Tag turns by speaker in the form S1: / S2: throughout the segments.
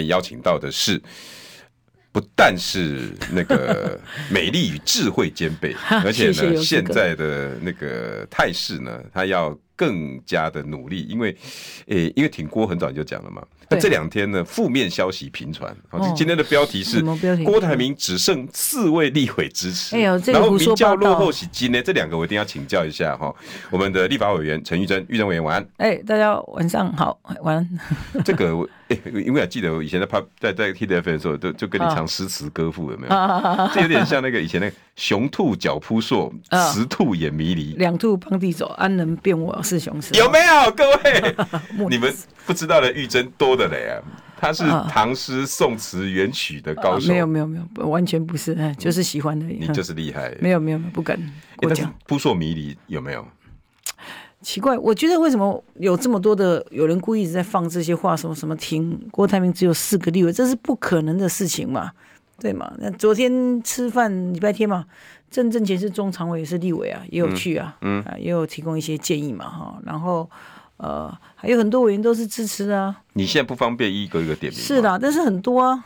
S1: 天邀请到的是，不但是那个美丽与智慧兼备，而且
S2: 谢谢有
S1: 呢，
S2: 志哥
S1: 现在的那个态势呢，他要更加的努力，因为，诶、因为挺郭很早就讲了嘛。那
S2: 对
S1: 这两天呢，负面消息频传。好，
S2: 哦
S1: 今天的标题是
S2: 什么标题
S1: 郭台铭只剩四位立委支持，
S2: 哎呦这个
S1: 然后
S2: 胡说
S1: 民教
S2: 八道
S1: 落后喜基呢，这两个我一定要请教一下哈。我们的立法委员陈玉珍，玉珍委员晚 安。
S2: 哎、大家晚上好，晚安。
S1: 这个我、哎，因为我记得我以前在 pub 在在 T D F 的时候，都就
S2: 啊
S1: 跟你唱诗词歌赋， 有没有？这有点像那个以前那个雄兔脚扑朔，
S2: 啊
S1: 雌兔眼迷离，
S2: 两兔帮地走，安能辨我是雄 狮？
S1: 有没有？各位，
S2: 莫
S1: 你们不知道的玉珍多的嘞啊！她是
S2: 啊
S1: 唐诗宋词元曲的高
S2: 啊没
S1: 手，
S2: 有没有没有，不完全不是，哎就是喜欢而已。
S1: 嗯你就是厉害。
S2: 没有没有没有不敢。
S1: 哎
S2: 我
S1: 但是
S2: 讲
S1: 扑朔迷离有没有？
S2: 奇怪，我觉得为什么有这么多的有人故意一直在放这些话，什么什么停郭台铭只有四个立委，这是不可能的事情嘛，对嘛？那昨天吃饭礼拜天嘛，郑正前是中常委也是立委啊，也有去啊，嗯，啊、也有提供一些建议嘛哈，然后呃还有很多委员都是支持的啊，
S1: 你现在不方便一个一个点名吗，
S2: 是的，但是很多啊。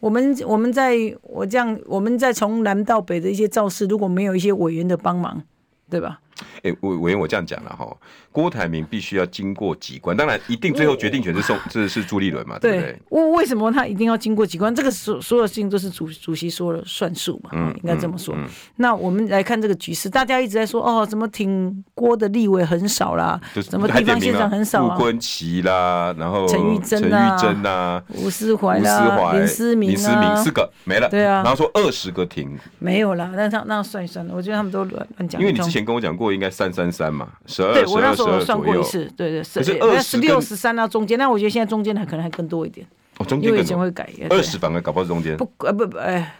S2: 我们我们在我这样，我们在从南到北的一些造势，如果没有一些委员的帮忙，对吧？
S1: 哎、委委员，我这样讲了哈，郭台铭必须要经过几关，当然一定最后决定权是
S2: 哦
S1: 宋，这是朱立伦嘛，对不对？
S2: 为为什么他一定要经过几关？这个所所有事情都是主主席说了算数嘛，
S1: 嗯
S2: 应该这么说。那我们来看这个局势，大家一直在说哦，怎么挺郭的立委很少啦，
S1: 就是
S2: 怎么
S1: 还
S2: 地
S1: 点
S2: 方
S1: 名
S2: 县长
S1: 了
S2: 很少啊
S1: 陆，坤奇啦，然后
S2: 陈玉珍
S1: 陈
S2: 啊
S1: 玉珍呐、
S2: 吴思怀
S1: 吴思
S2: 啦，
S1: 怀、
S2: 林思明
S1: 林思明
S2: 啊
S1: 四，个没了，
S2: 对啊
S1: 然后说二十个停，
S2: 没有啦。那他那算一算，我觉得他们都乱乱讲一通。
S1: 因为你之前跟我讲过，应该三三三嘛，十二
S2: 对
S1: 十
S2: 我那
S1: 二
S2: 时
S1: 十
S2: 候有
S1: 二
S2: 算
S1: 左
S2: 过一
S1: 右。
S2: 次，对对，
S1: 可是
S2: 十
S1: 20
S2: 十六十三到中间，那我觉得现在中间的可能还更多一点，
S1: 哦，中
S2: 因
S1: 间
S2: 为以
S1: 更
S2: 前
S1: 多
S2: 会改
S1: 二十反而搞不到中间
S2: 对。不呃不不哎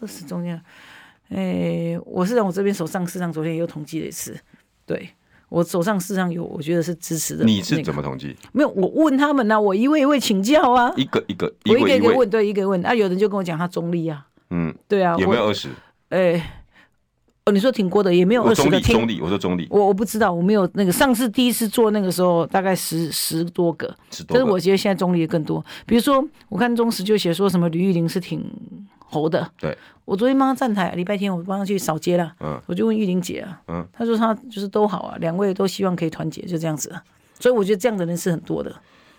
S2: 二十中间，哎，我是从我这边手上事实上昨天又统计了一次，对我手上事实上有我觉得是支持的那个，
S1: 你是怎么统计？
S2: 没有？我问他们呢、我一位一位请教啊，
S1: 一个一个，
S2: 我一个
S1: 位
S2: 一
S1: 一
S2: 个
S1: 位，
S2: 问，对一个一个问啊，有人就跟我讲他中立啊，
S1: 嗯，
S2: 对啊，
S1: 有没有
S2: 我？
S1: 二十？
S2: 哎，哦，你说挺过的，也没有
S1: 我
S2: 二十
S1: 中
S2: 个
S1: 立，
S2: 听
S1: 中立，我说中立，
S2: 我我不知道，我没有那个上次第一次做那个时候大概十十多个，
S1: 十多
S2: 但是
S1: 个
S2: 我觉得现在中立的更多。比如说，我看中时就写说什么吕玉玲是挺猴的，
S1: 对，
S2: 我昨天帮她站台，礼拜天我帮她去扫街了，
S1: 嗯，
S2: 我就问玉玲姐啊，
S1: 嗯，
S2: 她说她就是都好啊，两位都希望可以团结，就这样子啊。所以我觉得这样的人是很多的，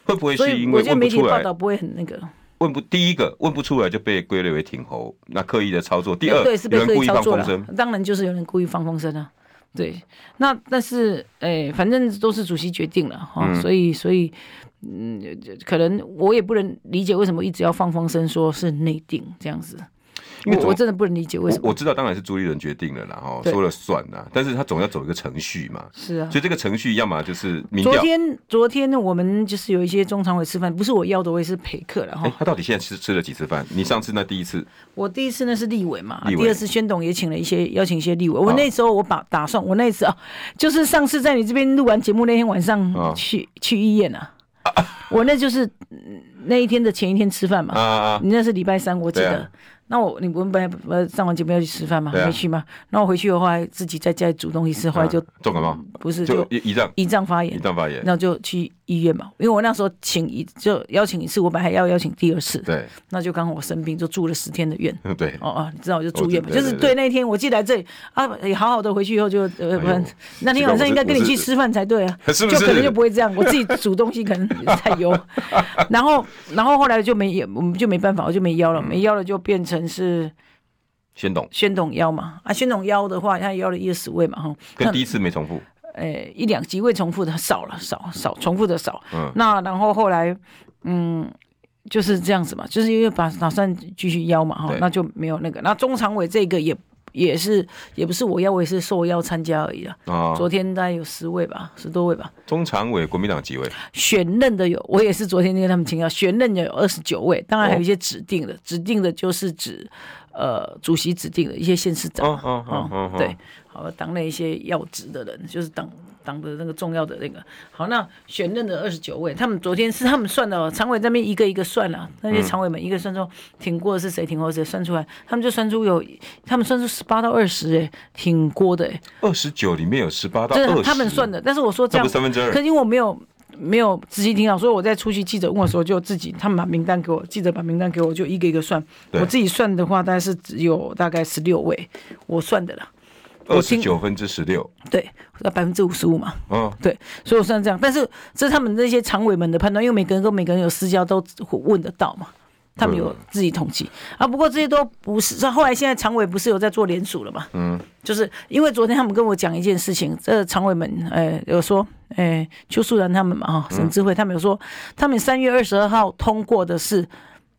S1: 会不会
S2: 所
S1: 是
S2: 以
S1: 因
S2: 我
S1: 为
S2: 觉得
S1: 问
S2: 媒
S1: 不
S2: 体
S1: 出
S2: 报
S1: 来？
S2: 道不会很那个，
S1: 问不第一个问不出来就被归类为挺猴，那刻意的操作。第二，
S2: 对，是被
S1: 有
S2: 刻
S1: 人
S2: 意
S1: 故意
S2: 操
S1: 放
S2: 作
S1: 风
S2: 了
S1: 声，。
S2: 当然就是有人故意放风声啊。对，那但是诶、反正都是主席决定了哈、所以所以嗯，可能我也不能理解为什么一直要放风声说是内定这样子，
S1: 因为
S2: 我
S1: 总
S2: 我真的不能理解为什么
S1: 我知道，当然是朱立伦决定了啦，哈，
S2: 对
S1: 说了算啦。但是他总要走一个程序嘛，
S2: 是啊
S1: 所。以这个程序要么就是民
S2: 昨
S1: 调。
S2: 天昨天我们就是有一些中常委吃饭，不是我要的，我也是陪客了哈
S1: 哎，。他到底现在吃吃了几次饭？你上次那第一次，
S2: 我第一次呢是立委嘛，
S1: 立委
S2: 第二次宣董也请了一些邀请一些立委。我那时候我把打算，我那次啊，就是上次在你这边录完节目那天晚
S1: 啊
S2: 上去、去医 院啊，我那就是嗯那一天的前一天吃饭嘛。
S1: 啊啊
S2: 你那是礼拜三，我记
S1: 对
S2: 得。
S1: 啊
S2: 那我你我们本来呃上完节目要去吃饭嘛，
S1: 对啊
S2: 没去嘛。那我回去的话，自己在家里煮东西吃，后来就、
S1: 重感冒，
S2: 不是
S1: 就
S2: 就
S1: 一一仗
S2: 胰脏发炎
S1: 一，仗发炎，
S2: 那就去医院嘛。因为我那时候请一就邀请一次，我本来还要邀请第二次，
S1: 对
S2: 那就刚好我生病，就住了十天的院。
S1: 对。
S2: 哦哦，你知道我就住院嘛，
S1: 我知
S2: 就
S1: 对
S2: 是
S1: 对
S2: 对那一天我记得来这里啊，也好好的回去以后就呃，不
S1: 哎
S2: 然
S1: 呦
S2: 那天晚上应该跟你去吃饭才对啊，
S1: 我 是是不是
S2: 就可能就不会这样，我自己煮东西可能太 油，然后然后后来就没也我们就没办法，我就没腰了，没腰了就变成是
S1: 先懂，
S2: 宣董腰嘛啊，宣董腰的话，他腰了一二十位嘛哈，
S1: 跟第一次没重复，
S2: 呃一两集会重复的少了，少少重复的少。
S1: 嗯
S2: 那然后后来，嗯，就是这样子嘛，就是因为把打算继续邀嘛哈
S1: 对，
S2: 那就没有那个。那中常委这个也也是也不是我邀，我也是受邀参加而已啊。
S1: 啊，
S2: 昨天大概有十位吧，十多位吧，
S1: 中常委国民党几位？
S2: 选任的有，我也是昨天跟他们请教，选任的有二十九位，当然还有
S1: 哦
S2: 一些指定的，指定的就是指呃主席指定的一些县市长
S1: 哦
S2: 啊，
S1: 哦哦哦，哦
S2: 对，，好，党内一些要职的人，就是党党的那个重要的那个。好，那选任的二十九位，他们昨天是他们算的哦，常委这边一个一个算了、那
S1: 嗯
S2: 些常委们一个算出挺过的是谁，挺过的是谁，算出来，他们就算出有，他们算出十八到二十，哎，挺过的、哎，
S1: 二十九里面有十八到
S2: 这
S1: 二
S2: 是
S1: 十，
S2: 他们算的。但是我说这
S1: 哦那
S2: 样
S1: 不是，三分之二
S2: 可。是因为我没有。没有仔细听到，啊所以我在出去记者问我的时候，就自己他们把名单给我，记者把名单给我，就一个一个算。
S1: 对
S2: 我自己算的话，大概是只有大概十六位，我算的啦。
S1: 二
S2: 我
S1: 十
S2: 听
S1: 九分之十六，
S2: 对，那百分之五十五嘛，
S1: 嗯，
S2: 对，所以我算这样。但是这是他们那些常委们的判断，因为每个人跟每个人有私交都问得到嘛，他们有自己统计、啊。不过这些都不是，像后来现在常委不是有在做联署了嘛？嗯，就是因为昨天他们跟我讲一件事情，这常委们呃有说，呃邱淑然他们嘛哈，
S1: 嗯
S2: 沈智慧他们有说，他们三月二十二号通过的是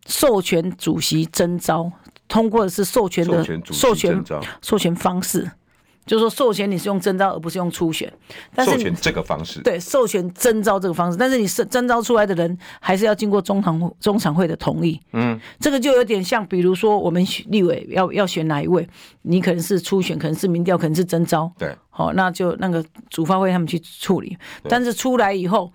S2: 授权主席征召。通过的是授权的
S1: 授权主席
S2: 授权
S1: 征召
S2: 授权方式，就是说授权你是用征召而不是用初选，但是
S1: 授
S2: 你
S1: 权这个方式，
S2: 对授权征召这个方式，但是你是征召出来的人还是要经过中常中常会的同意。嗯，这个就有点像，比如说我们选立委要要选哪一位，你可能是初选，可能是民调，可能是征召。
S1: 对
S2: 好、那就那个主发会他们去处理。但是出来以后，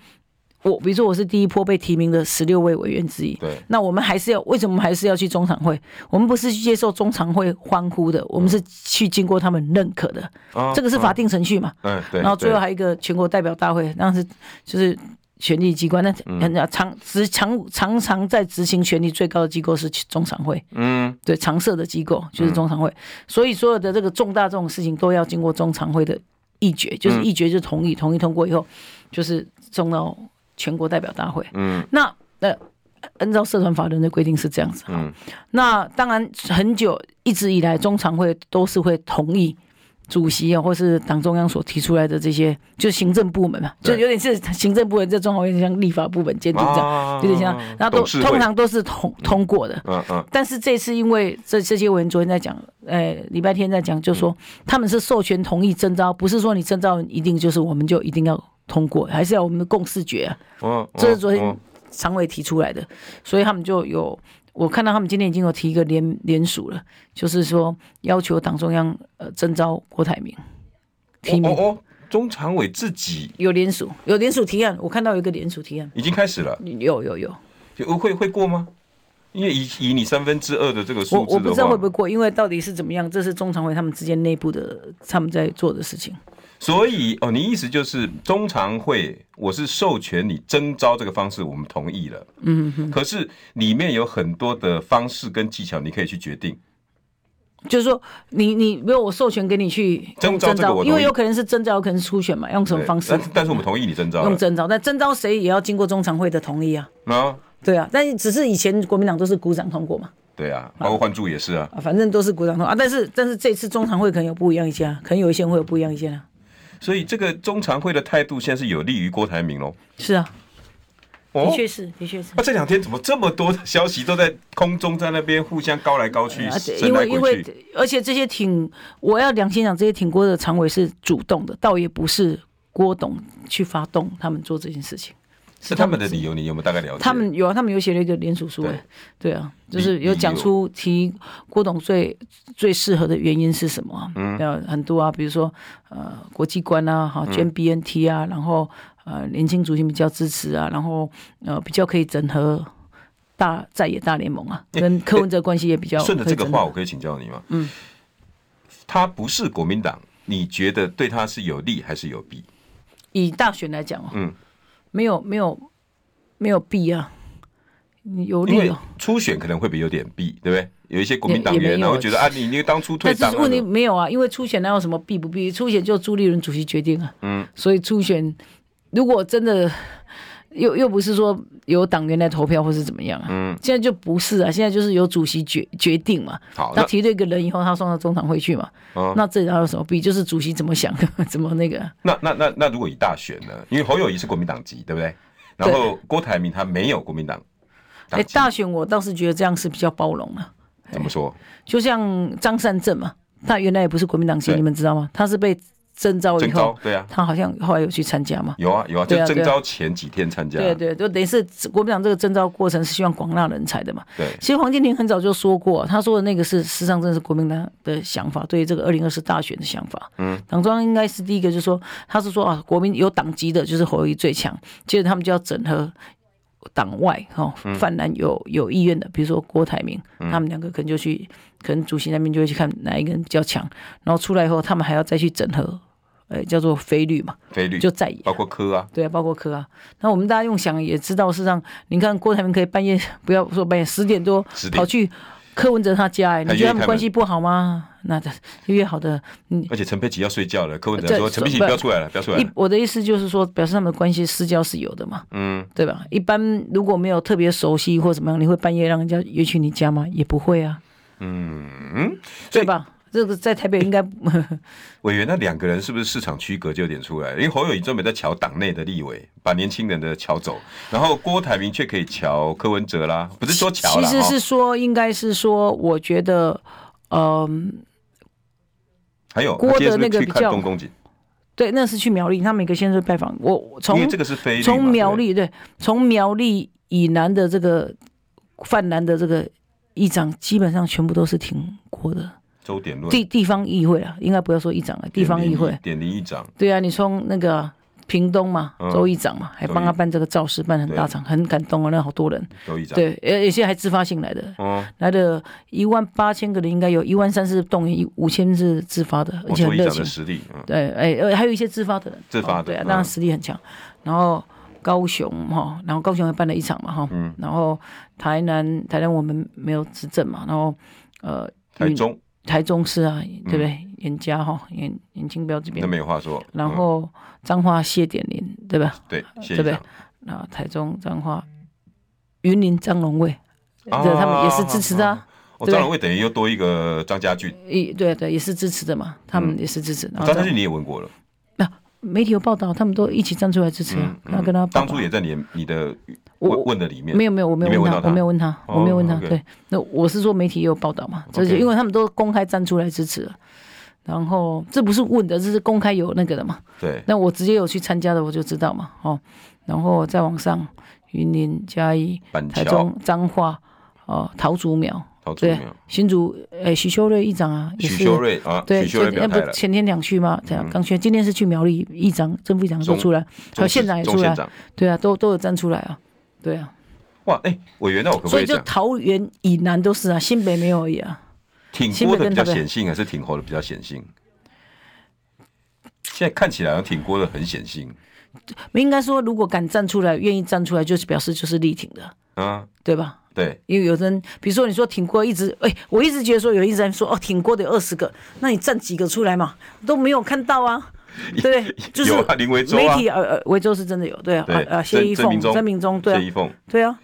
S2: 我比如说我是第一波被提名的十六位委员之一，
S1: 对
S2: 那我们还是要为什么我们还是要去中常会？我们不是去接受中常会欢呼的，我们是去经过他们认可的，
S1: 啊
S2: 这个是法定程序嘛？
S1: 嗯对，
S2: 然后最后
S1: 对
S2: 还有一个全国代表大会，那是就是权力机关，那
S1: 嗯
S2: 人家常执常常常在执行权力最高的机构是中常会，
S1: 嗯
S2: 对常设的机构就是中常会，所以所有的这个重大这种事情都要经过中常会的议决，
S1: 嗯
S2: 就是议决就同意，同意通过以后就是送到全国代表大会。
S1: 嗯
S2: 那呃，按照社团法人的规定是这样子。
S1: 嗯，
S2: 那当然很久一直以来，中常会都是会同意主席啊，或是党中央所提出来的这些，就行政部门嘛，就
S1: 对
S2: 有点是行政部门在中华会像立法部门监督这样，
S1: 啊
S2: 有点像，然后都
S1: 董事会
S2: 通常都是通通过的。
S1: 嗯嗯
S2: 但是这次因为这这些委员昨天在讲，呃，礼拜天在讲，就说
S1: 嗯
S2: 他们是授权同意征召，不是说你征召一定就是我们就一定要通过，还是要我们的共识决、啊。
S1: 哦，
S2: 这是昨
S1: 哦
S2: 天常委提出来的，所以他们就有，我看到他们今天已经有提一个联联署了，就是说要求党中央呃征召郭台铭提
S1: 哦
S2: 名，
S1: 哦哦，中常委自己
S2: 有联署，有联署提案，我看到有一个联署提案，
S1: 已经开始了，
S2: 有有有，
S1: 有会会过吗？因为以以你三分之二的这个
S2: 我
S1: 数
S2: 我
S1: 字
S2: 不
S1: 的
S2: 知道会不会
S1: 话，
S2: 过，因为到底是怎么样，这是中常会他们之间内部的他们在做的事情，
S1: 所以哦，你意思就是中常会，我是授权你征召这个方式，我们同意了，嗯哼，可是里面有很多的方式跟技巧，你可以去决定，
S2: 就是说你你没有我授权给你去
S1: 征召这个我同意
S2: 因为有可能是征召，有可能是初选嘛，用什么
S1: 对呃
S2: 方式
S1: 但但是我们同意你征召
S2: 用
S1: 了，
S2: 征召，那征召谁也要经过中常会的同意啊。
S1: 啊，
S2: 对啊，但只是以前国民党都是鼓掌通过嘛，
S1: 对啊，包括换柱也是啊，
S2: 啊，反正都是鼓掌通过啊。但是但是这次中常会可能有不一样意见啊，可能有一些人会有不一样意见啊。
S1: 所以这个中常会的态度现在是有利于郭台铭喽。
S2: 是啊，
S1: 哦
S2: 的确是，的确是。
S1: 那这两天怎么这么多的消息都在空中在那边互相高来高去，
S2: 啊，对
S1: 神
S2: 因
S1: 来
S2: 为因
S1: 鬼
S2: 为
S1: 去？
S2: 而且这些挺，我要良心讲，这些挺郭的常委是主动的，倒也不是郭董去发动他们做这件事情，
S1: 是他们的
S2: 自己
S1: 理由，你有没有大概了解？
S2: 他们有啊，他们有写了一个联署书、
S1: 对
S2: 哎，对啊，就
S1: 理
S2: 是有讲
S1: 理由
S2: 出提郭董最最适合的原因是什么、啊？嗯，很多啊，比如说呃国际观啊，好
S1: 嗯
S2: 捐 BNT 啊，然后呃年轻族群比较支持啊，然后呃比较可以整合大在野大联盟啊，跟柯文哲关系也比较
S1: 顺着这个
S2: 可以整合
S1: 话，我可以请教你吗？嗯，他不是国民党，你觉得对他是有利还是有弊？
S2: 以大选来讲哦，
S1: 嗯，
S2: 没有没有没有必要，有
S1: 因
S2: 利
S1: 为
S2: 哦。
S1: 初选可能会比有点弊，对不对？有一些国民党
S2: 也也
S1: 员
S2: 没有
S1: 然后觉得啊，你你当初退
S2: 但
S1: 党
S2: 是问题
S1: 了，
S2: 没有啊，因为初选哪有什么必不必，初选就朱立伦主席决定啊。嗯，所以初选如果真的又又不是说由党员来投票或是怎么样啊，嗯，现在就不是啊，现在就是由主席决决定嘛。
S1: 好
S2: 他
S1: 那
S2: 提对一个人以后，他送到中常会去嘛。
S1: 哦
S2: 那这哪有什么必？就是主席怎么想， 怎么那个啊、
S1: 那那那那如果以大选呢？因为侯友谊是国民党籍，对不对？然后郭台铭他没有国民党
S2: 哎
S1: 党，籍，
S2: 大选我倒是觉得这样是比较包容啊，
S1: 怎么说？
S2: 就像张善政嘛，他原来也不是国民党籍，
S1: 对
S2: 你们知道吗？他是被征召哦以
S1: 征
S2: 后
S1: 召，对啊，
S2: 他好像后来有去参加嘛。
S1: 有啊有啊，就
S2: 对啊对啊
S1: 征召前几天参加，
S2: 对啊对，就等于是国民党这个征召过程是希望广纳人才的嘛。
S1: 对
S2: 其实黄建庭很早就说过，他说的那个是事实上真的是国民党的想法，对于这个二零二四大选的想法。嗯，党中央应该是第一个，就是说他是说啊，国民有党籍的，就是侯友谊最强，接着他们就要整合。党外哈，哦泛蓝有有意愿的，比如说郭台铭，他们两个可能就去，可能主席那边就会去看哪一个人比较强，然后出来以后，他们还要再去整合，呃，叫做非绿嘛，
S1: 菲律
S2: 就在野。
S1: 包括科啊，
S2: 对啊，包括科啊。那我们大家用想也知道，事实上，你看郭台铭可以半夜不要说半夜十点多
S1: 10点
S2: 跑去柯文哲他家、哎，
S1: 他
S2: 你觉
S1: 愿意
S2: 得他们
S1: 开
S2: 关
S1: 门
S2: 系不好吗？那这越好的，嗯，
S1: 而且陈佩琪要睡觉了，柯文哲
S2: 这
S1: 说陈佩琪你不要出来了，不要出来
S2: 一
S1: 了，
S2: 我的意思就是说，表示他们的关系私交是有的嘛，
S1: 嗯，
S2: 对吧？一般如果没有特别熟悉或怎么样，你会半夜让人家约去你家吗？也不会啊，嗯，
S1: 所
S2: 对
S1: 以
S2: 吧？这个在台北应该
S1: 委员那两个人是不是市场区隔就有点出来了？因为侯友谊专门在瞧党内的立委，把年轻人的瞧走，然后郭台铭却可以瞧柯文哲啦，不是说瞧
S2: 其
S1: 啦，
S2: 实
S1: 哦
S2: 是说，应该是说，我觉得，嗯、
S1: 还有
S2: 郭
S1: 他今天是
S2: 的那
S1: 不
S2: 个
S1: 是
S2: 比
S1: 去看
S2: 较
S1: 公公祭，
S2: 对，那是去苗栗，他每个县市拜访。我我从
S1: 因为这个是非律嘛
S2: 从苗，
S1: 对
S2: 栗对，从苗栗以南的这个泛南的这个议长，基本上全部都是挺过的
S1: 周点论
S2: 地地方议会啊，应该不要说议长啊，地方议会。
S1: 点林议长，
S2: 对啊，你从那个屏东嘛，
S1: 嗯
S2: 周议长嘛，还帮他办这个造势，办很大场，很感动啊，那好多人。
S1: 周议长，
S2: 对，而有些还自发性来的，
S1: 哦，
S2: 来的一万八千个人，应该有一万三是动员，五千是自发的，而
S1: 我
S2: 且
S1: 哦周
S2: 很
S1: 议
S2: 热
S1: 长
S2: 情
S1: 的。实力，嗯，
S2: 对，哎、呃，还有一些自发的人，
S1: 自发的
S2: 哦对啊，
S1: 嗯
S2: 当然实力很强。然后高雄哈，然后高雄也办了一场嘛哈，
S1: 嗯
S2: 然后台南台南我们没有执政嘛，然后呃，
S1: 台中
S2: 台中市啊，对不对？严家哈，严严清标这边
S1: 嗯那，没有话说，
S2: 然
S1: 嗯
S2: 后彰化谢点林，对吧？
S1: 对谢
S2: 对
S1: 议
S2: 不对
S1: 长，
S2: 然后台中彰化，云林张荣卫，对，
S1: 啊
S2: 他们也是支持的、啊，
S1: 哦，
S2: 对
S1: 张荣卫等于又多一个张家俊，
S2: 一对啊对也是支持的嘛，他
S1: 嗯
S2: 们也是支持。然后
S1: 张家
S2: 彰
S1: 俊你也问过了，
S2: 媒体有报道，他们都一起站出来支持
S1: 嗯
S2: 啊，他跟他爸爸
S1: 当初也在你你的
S2: 我
S1: 问问的里面，
S2: 没有没有，我没
S1: 你没有
S2: 有问
S1: 问到
S2: 他，
S1: 他
S2: 我没有问他，
S1: 哦
S2: 我没有问他。
S1: OK
S2: 对，那我是说媒体也有报道嘛，这是
S1: OK
S2: 因为他们都公开站出来支持了。然后这不是问的，这是公开有那个的嘛。
S1: 对，
S2: 那我直接有去参加的，我就知道嘛。哦，然后再往上，云林、嘉义、
S1: 板
S2: 台
S1: 桥
S2: 中、彰化、哦、桃竹苗，
S1: 陶朱
S2: 对
S1: 苗，，
S2: 新竹，诶，许修瑞议长啊，也
S1: 许
S2: 是
S1: 修睿啊，
S2: 对，
S1: 许修
S2: 昨
S1: 睿表
S2: 天
S1: 态
S2: 不
S1: 了，嗯
S2: 前天两去吗？这样啊刚去，今天是去苗栗议长、正副议长都
S1: 中
S2: 出来，还
S1: 中
S2: 有县长也
S1: 中
S2: 出
S1: 县
S2: 来，
S1: 长，
S2: 对啊，都都有站出来啊，对啊。
S1: 哇，哎，委员，那我可不
S2: 所
S1: 可
S2: 以
S1: 以
S2: 就
S1: 讲，
S2: 桃园以南都是啊，新北没有而已啊。
S1: 挺
S2: 新
S1: 郭的
S2: 北跟
S1: 比较
S2: 台北
S1: 显性，还是挺侯的比较显性？现在看起来好像挺郭的很显性
S2: 应该说，如果敢站出来，愿意站出来，就是表示就是力挺的，
S1: 啊，
S2: 对吧？
S1: 对，
S2: 因为有的人，比如说你说挺郭一直，哎、我一直觉得说有一直在说哦，挺郭的有二十个，那你站几个出来嘛？都没有看 到啊，对不对？就是
S1: 有啊林维洲
S2: 媒
S1: 啊
S2: 体呃呃，维州是真的有，对啊，
S1: 对
S2: 啊啊，谢
S1: 曾
S2: 依
S1: 曾明
S2: 凤、
S1: 忠
S2: 曾明忠，对
S1: 谢依
S2: 啊，
S1: 凤，
S2: 对啊，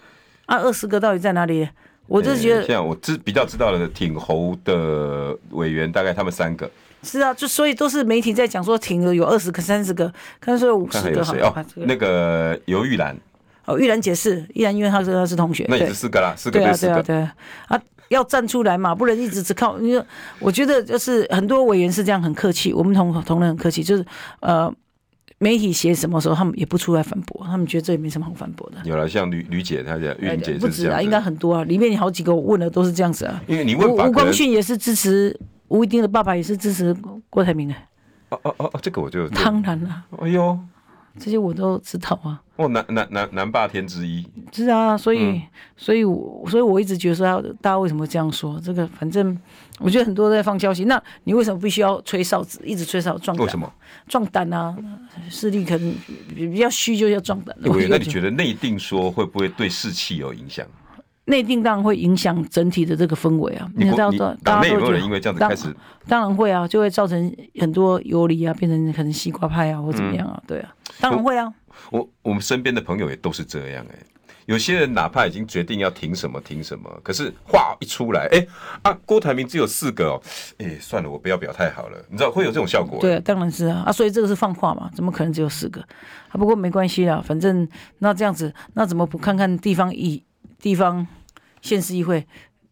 S2: 啊，二十个到底在哪里？我就觉
S1: 呃
S2: 得
S1: 现在我知比较知道的挺侯的委员，大概他们三个，
S2: 是啊，就所以都是媒体在讲说挺了有二十个、三十个，看说有五
S1: 看
S2: 十
S1: 看
S2: 个
S1: 有
S2: 好
S1: 谁
S2: 了
S1: 哦
S2: 啊，这个
S1: 那个刘玉兰，
S2: 哦，玉兰姐是玉兰，因为她是她是同学，
S1: 那也
S2: 对
S1: 是四个啦，四个
S2: 对啊，
S1: 四
S2: 对啊，
S1: 个，
S2: 对啊，啊，要站出来嘛，不能一直只靠。因为我觉得就是很多委员是这样很客气，我们同同仁很客气，就是呃，媒体写什么时候他们也不出来反驳，他们觉得这也没什么好反驳的。
S1: 有了，像吕吕姐，她的玉玲姐
S2: 不
S1: 是
S2: 止
S1: 这样
S2: 啊，
S1: 子，
S2: 应该很多啊，里面好几个我问的都是这样子啊。
S1: 因为你问
S2: 吴
S1: 法
S2: 吴
S1: 可能
S2: 光，训也是支持吴一丁的爸爸，也是支持郭台铭的、
S1: 哦哦哦，哦这个我就，
S2: 当然了、
S1: 哎呦，
S2: 这些我都知道啊。
S1: 哦南南南南霸天之一，
S2: 是啊，所以，
S1: 嗯
S2: 所以我，所以我一直觉得说要，大家为什么这样说？这个反正我觉得很多在放消息，那你为什么必须要吹哨子，一直吹哨壮胆？
S1: 为什么？
S2: 壮胆啊？势力可能比比较虚，就要壮胆。啊
S1: 委员，那你
S2: 就
S1: 觉得内定说会不会对士气有影响？
S2: 内定当然会影响整体的这个氛围啊。
S1: 你
S2: 知道
S1: 你
S2: 大
S1: 党
S2: 大
S1: 内
S2: 家
S1: 有没有
S2: 都觉得
S1: 人因为这样子
S2: 当
S1: 开始？
S2: 当然会啊，就会造成很多游离啊，变成可能西瓜派啊，或
S1: 嗯
S2: 怎么样啊，对啊，当然会啊。
S1: 我我们身边的朋友也都是这样哎、有些人哪怕已经决定要停什么停什么，可是话一出来，哎、啊，郭台铭只有四个哦，哎、算了，我不要表态好了，你知道会有这种效果、
S2: 对，当然是啊，啊，所以这个是放话嘛，怎么可能只有四个？啊，不过没关系啦，反正那这样子，那怎么不看看地方议、地方县市议会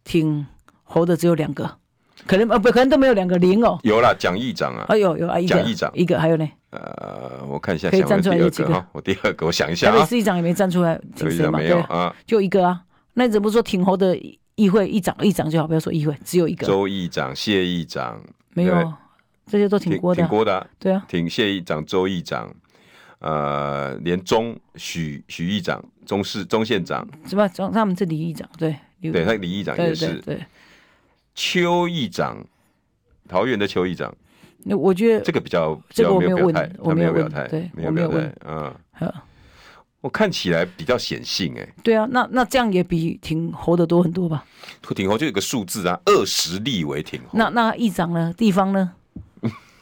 S2: 挺侯的只有两个，可能呃不可能都没有两个零哦。
S1: 有啦，蒋议长啊
S2: 哎，呦有啊，一个
S1: 蒋议长
S2: 一个，还有呢，
S1: 呃，我看一下，
S2: 可以
S1: 想问
S2: 站出
S1: 第
S2: 来
S1: 二
S2: 有几
S1: 个
S2: 个
S1: 哈，我第二个，我想一
S2: 台
S1: 下
S2: 北
S1: 啊，
S2: 市议长也没站出来
S1: 蒋
S2: 挺
S1: 议
S2: 谁
S1: 长
S2: 嘛，
S1: 没
S2: 对
S1: 有
S2: 啊，
S1: 啊，
S2: 就一个啊。那你怎么说挺侯的议会议长议长就好，不要说议会，只有一个，
S1: 周议长、谢议长，
S2: 没
S1: 对
S2: 有，这些都挺
S1: 挺
S2: 过的
S1: 挺
S2: 啊，
S1: 郭的啊，
S2: 对啊，
S1: 挺谢议长、周议长，呃，连钟许许议长、钟市钟县长，
S2: 是吧？总他们是李议长，对，李
S1: 对他李议长也
S2: 对嗯对
S1: 是，
S2: 对。
S1: 邱议长，桃园的邱议长，
S2: 那我觉
S1: 这
S2: 得
S1: 个比较比
S2: 这个
S1: 较
S2: 我
S1: 没
S2: 没有
S1: 表
S2: 问
S1: 态，
S2: 我
S1: 他
S2: 没
S1: 没
S2: 有
S1: 有表
S2: 问
S1: 态
S2: 对，
S1: 没有
S2: 我没
S1: 表
S2: 有
S1: 态，嗯，
S2: 呃，
S1: 我看起来比较显性哎，
S2: 对啊，那那这样也比挺侯的多很多吧？
S1: 挺侯就有个数字啊，二十立为挺侯，
S2: 那那议长呢？地方 呢？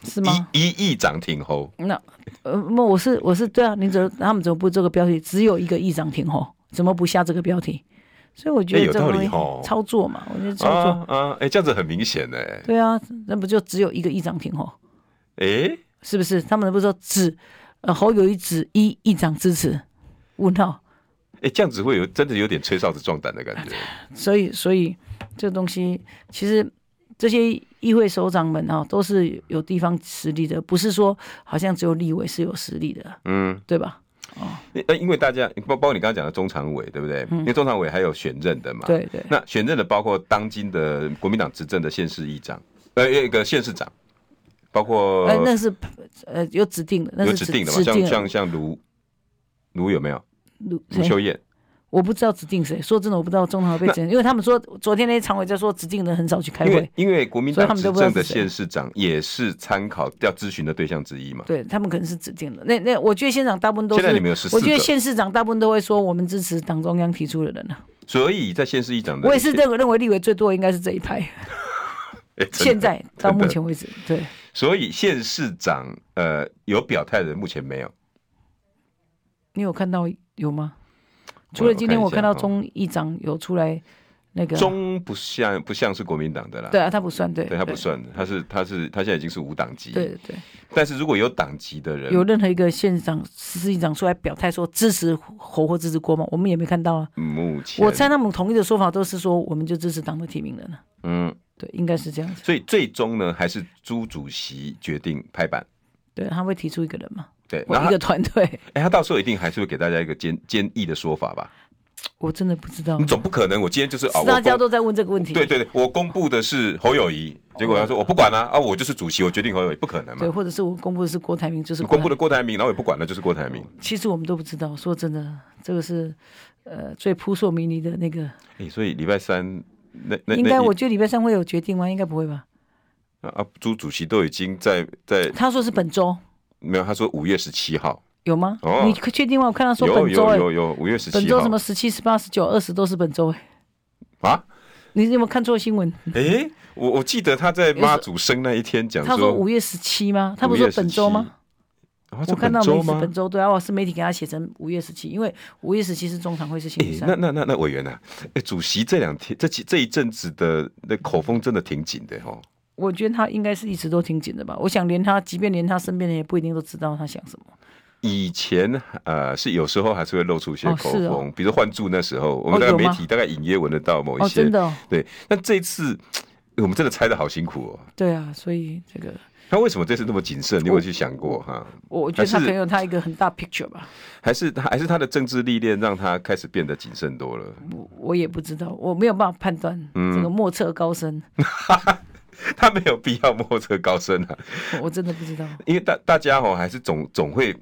S2: 是吗？
S1: 一一哦议长挺侯，
S2: 那呃，那我是我是对啊，你怎么他们怎么不这个标题？只有一个议长挺侯，怎么不下这个标题？所以我觉
S1: 哎
S2: 得
S1: 有
S2: 这个
S1: 道理
S2: 东西
S1: 哦
S2: 操作嘛，我觉得操作、
S1: 啊啊，哎、这样子很明显呢、欸。
S2: 对啊，那不就只有一个议长挺侯，
S1: 哎、
S2: 是不是？他们不是说只呃侯友谊只一议长支持，问号，
S1: 哎、这样子会有真的有点吹哨子壮胆的感觉。
S2: 所以所以这东西其实这些议会首长们啊、都是有地方实力的，不是说好像只有立委是有实力的，
S1: 嗯，
S2: 对吧？
S1: 呃，因为大家包包括你刚刚讲的中常委，对不对？因为中常委还有选任的嘛。。
S2: 嗯对对，
S1: 那选任的包括当今的国民党执政的县市议长，呃，一个县市长，包括
S2: 哎、那是呃有指定的，那
S1: 有
S2: 是
S1: 指
S2: 指
S1: 定的嘛，
S2: 指定
S1: 像像
S2: 的
S1: 像卢卢有没有？
S2: 卢
S1: 卢
S2: 谁
S1: 秀燕，
S2: 我不知道指定谁。说真的，我不知道中常会被指定，因为他们说昨天那些常委在说指定的很少去开
S1: 因为
S2: 会，
S1: 因为国民
S2: 所以他
S1: 党
S2: 们
S1: 执
S2: 都不知道
S1: 政
S2: 是
S1: 的
S2: 谁
S1: 县市长也是参考要咨询的对象之一嘛。
S2: 对他们可能是指定的。那那我觉得县长大部分都是，
S1: 现在你们有14
S2: 我觉得
S1: 个
S2: 县市长大部分都会说我们支持党中央提出的人啊。
S1: 所以在县市议长的，
S2: 我也是认为认为立委最多应该是这一派，
S1: 哎真的
S2: 现在到
S1: 真的
S2: 目前为止，对
S1: 所以县市长呃有表态的人目前没有，
S2: 你有看到有吗？除了今天我看到
S1: 嗯
S2: 钟议长有出来那个啊，
S1: 中不像不像是国民党的啦，
S2: 对啊，他不算对，
S1: 对，他不算，他是他是他现在已经是无党籍，
S2: 对，对对。
S1: 但是如果有党籍的人，
S2: 有任何一个县长、市议长出来表态说支持侯或支持郭吗？我们也没看到啊。
S1: 目前
S2: 我猜他们统一的说法都是说，我们就支持党的提名人了。
S1: 嗯，
S2: 对，应该是这样子。
S1: 所以最终呢还是朱主席决定拍板，
S2: 对，他会提出一个人嘛，
S1: 对，
S2: 或
S1: 然
S2: 一
S1: 后
S2: 个
S1: 他
S2: 团队，
S1: 哎他到时候一定还是会给大家一个坚坚毅的说法吧，
S2: 我真的不知道
S1: 你。总不可能我今天就是啊，
S2: 哦大
S1: 我
S2: 家
S1: 公
S2: 都在问这个问题。哦
S1: 对对对，我公布的是侯友谊，结果他说我不管啦、啊，我就是主席，我决定侯友谊，不可能嘛
S2: 对，。或者是我公布的是郭台铭，就是
S1: 你
S2: 郭
S1: 公
S2: 台
S1: 布的郭台铭，然后也不管了，就是郭台铭。
S2: 其实我们都不知道。说真的，这个是呃最扑朔迷离的那个。
S1: 哎、所以礼拜三那那
S2: 应
S1: 那
S2: 该
S1: 一
S2: 我觉得礼拜三会有决定吗？应该不会吧？
S1: 啊，朱主席都已经在在
S2: 他说是本周
S1: 没有，他说五月十七号，
S2: 有吗？
S1: 哦
S2: 你确定吗？我看他说
S1: 有
S2: 本周
S1: 有
S2: 哎、
S1: 有有五月十
S2: 本
S1: 七
S2: 周什
S1: 号
S2: 么十七、十八、十九、二十都是本周哎、
S1: 啊？
S2: 你有没有看错新闻？
S1: 哎、我我记得他在妈祖生那一天讲
S2: 他说
S1: 说，
S2: 五月十七吗？他不是说本周吗？
S1: 啊是
S2: 我看到
S1: 本周
S2: 媒体
S1: 吗？
S2: 本周对啊，我是媒体给他写成五月十七，因为五月十七是中常会是星
S1: 哎、
S2: 期三
S1: 那。那那那委员啊，哎，主席这两天这几这一阵子的那口风真的挺紧的哦。
S2: 我觉得他应该是一直都挺紧的吧。我想连他，即便连他身边人也不一定都知道他想什么。
S1: 以前呃是有时候还是会露出一些
S2: 哦
S1: 口
S2: 是
S1: 风，
S2: 哦
S1: 比如说换柱那时候，我们大概
S2: 有
S1: 媒
S2: 吗
S1: 体大概隐约闻得到某一
S2: 哦，
S1: 些。
S2: 真的、哦，
S1: 对，那这一次我们真的猜的好辛苦哦。
S2: 对啊，所以这个
S1: 他为什么这次那么谨慎？你有没有去想过哈？
S2: 我我觉得他
S1: 还是
S2: 可能有他一个很大 picture 吧。
S1: 还是他还是他的政治历练让他开始变得谨慎多了？
S2: 我我也不知道，我没有办法判断
S1: 嗯
S2: 这个莫测高深，
S1: 他没有必要莫测高深啊，
S2: 我我真的不知道。
S1: 因为大大家哦还是总总会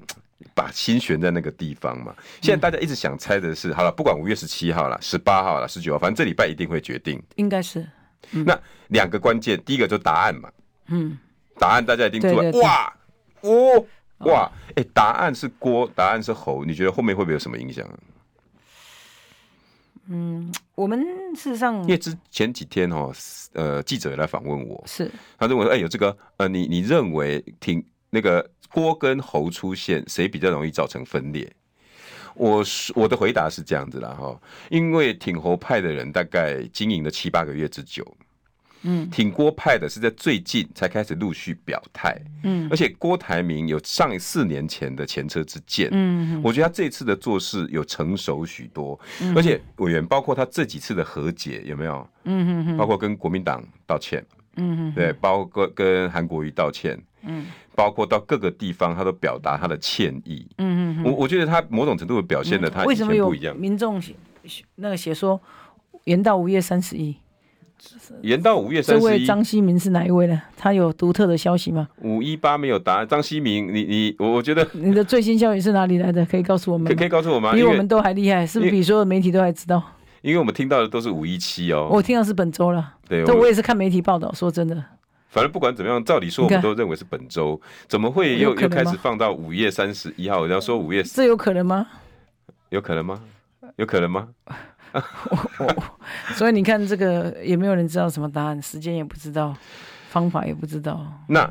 S1: 把心悬在那个地方嘛。现在大家一直想猜的是，好了，不管五月十七号啦、十八号啦、十九号，反正这礼拜一定会决定。
S2: 应该是
S1: 那两个关键，第一个就是答案嘛，
S2: 嗯，
S1: 答案大家一定出来，
S2: 对对对
S1: 哇，哦，哇，哎、答案是锅，答案是猴，你觉得后面会不会有什么影响？
S2: 我们事实上
S1: 因为之前几天哦，呃，记者也来访问我，
S2: 是
S1: 他认为，哎、有这个，呃，你你认为挺那个锅跟猴出现，谁比较容易造成分裂？我是我的回答是这样子啦哈，因为挺猴派的人大概经营了七八个月之久，
S2: 嗯
S1: 挺郭派的是在最近才开始陆续表态，
S2: 嗯
S1: 而且郭台铭有上四年前的前车之鉴，
S2: 嗯
S1: 我觉得他这次的做事有成熟许多，而且委员包括他这几次的和解有没有，
S2: 嗯嗯嗯
S1: 包括跟国民党道歉，嗯对，包括跟韩国瑜道歉，嗯，包括到各个地方他都表达他的歉意，嗯嗯，我我觉得他某种程度的表现了他
S2: 嗯为
S1: 以
S2: 什
S1: 前
S2: 么有
S1: 不一样，
S2: 民众写写那个写说延到五月三十一？
S1: 延到五月
S2: 这
S1: 三十
S2: 位
S1: 一，
S2: 张希明是哪一位呢？他有独特的消息吗？
S1: 五一八没有答案，张希明，你你我我觉得
S2: 你的最新消息是哪里来的？可以告诉我们
S1: 可
S2: 吗？
S1: 可以告诉我吗？
S2: 嗯比
S1: 因
S2: 我
S1: 为
S2: 们都还厉害，是不是
S1: 因为
S2: 比所有媒体都还知道？
S1: 因为我们听到的都是五一七哦，
S2: 我听到是本周了，
S1: 对，
S2: 但
S1: 我
S2: 我
S1: 们
S2: 也是看媒体报道。说真的，
S1: 反正不管怎么样，照理说我
S2: 你看
S1: 们都认为是本周，怎么会
S2: 有
S1: 又
S2: 可
S1: 又
S2: 能吗嗯
S1: 开始放到五月三十一号？然后说五月
S2: 这有可能吗？
S1: 有可能吗？有可能吗？
S2: 所以你看，这个也没有人知道什么答案，时间也不知道，方法也不知道。
S1: 那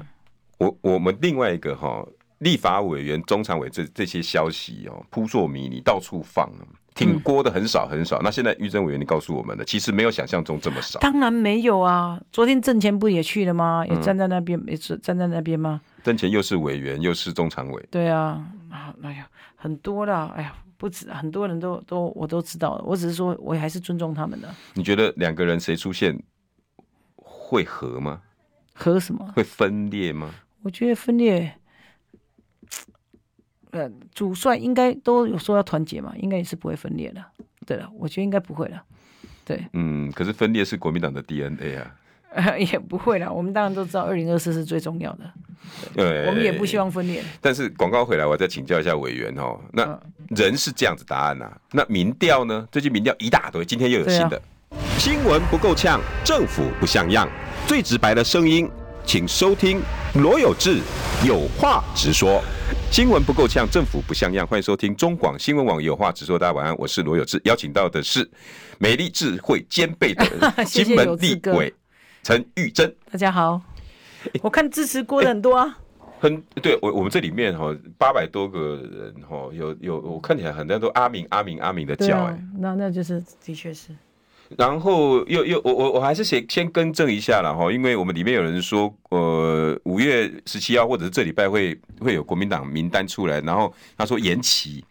S1: 我我们另外一个哈、立法委员、中常委这这些消息哦，扑朔迷离，到处放，啊挺锅的很少很少。那现在于真委员你告诉我们的，其实没有想象中这么少。
S2: 当然没有啊！昨天挣钱不也去了吗？也站在那边，也是站在那边吗？
S1: 邓前又是委员又是中常委，
S2: 对啊，啊，哎呀，很多啦，哎呀，不止很多人都都我都知道了，我只是说我还是尊重他们的。
S1: 你觉得两个人谁出现会合吗？
S2: 和什么？
S1: 会分裂吗？
S2: 我觉得分裂，呃，主帅应该都有说要团结嘛，应该也是不会分裂的。对了，我觉得应该不会了，对，
S1: 嗯，可是分裂是国民党的 DNA 啊。
S2: 也不会了。我们当然都知道，二零二四是最重要的，
S1: 对，
S2: 我们也不希望分裂。
S1: 但是广告回来，我再请教一下委员哦。那
S2: 嗯
S1: 人是这样子答案呐、那民调呢？最近民调一大堆，今天又有新
S2: 对
S1: 的。
S3: 新闻不够呛，政府不像样，最直白的声音，请收听罗有志有话直说。
S1: 新闻不够呛，政府不像样。欢迎收听中广新闻网有话直说，大家晚安，我是罗有志，邀请到的是美丽智慧兼备的
S2: 谢谢
S1: 金门
S2: 有志
S1: 立
S2: 哥
S1: 委陈玉珍。
S2: 大家好，我看支持郭的很多啊，
S1: 很对我我们这里面哈八百多个人哈，有有我看起来很多都阿明阿明阿明的
S2: 对
S1: 叫哎、
S2: 啊，那那就是的确是，
S1: 然后又又我我我还是先先更正一下了哈，因为我们里面有人说，呃，五月十七号或者是这礼拜会会有国民党名单出来，然后他说延期，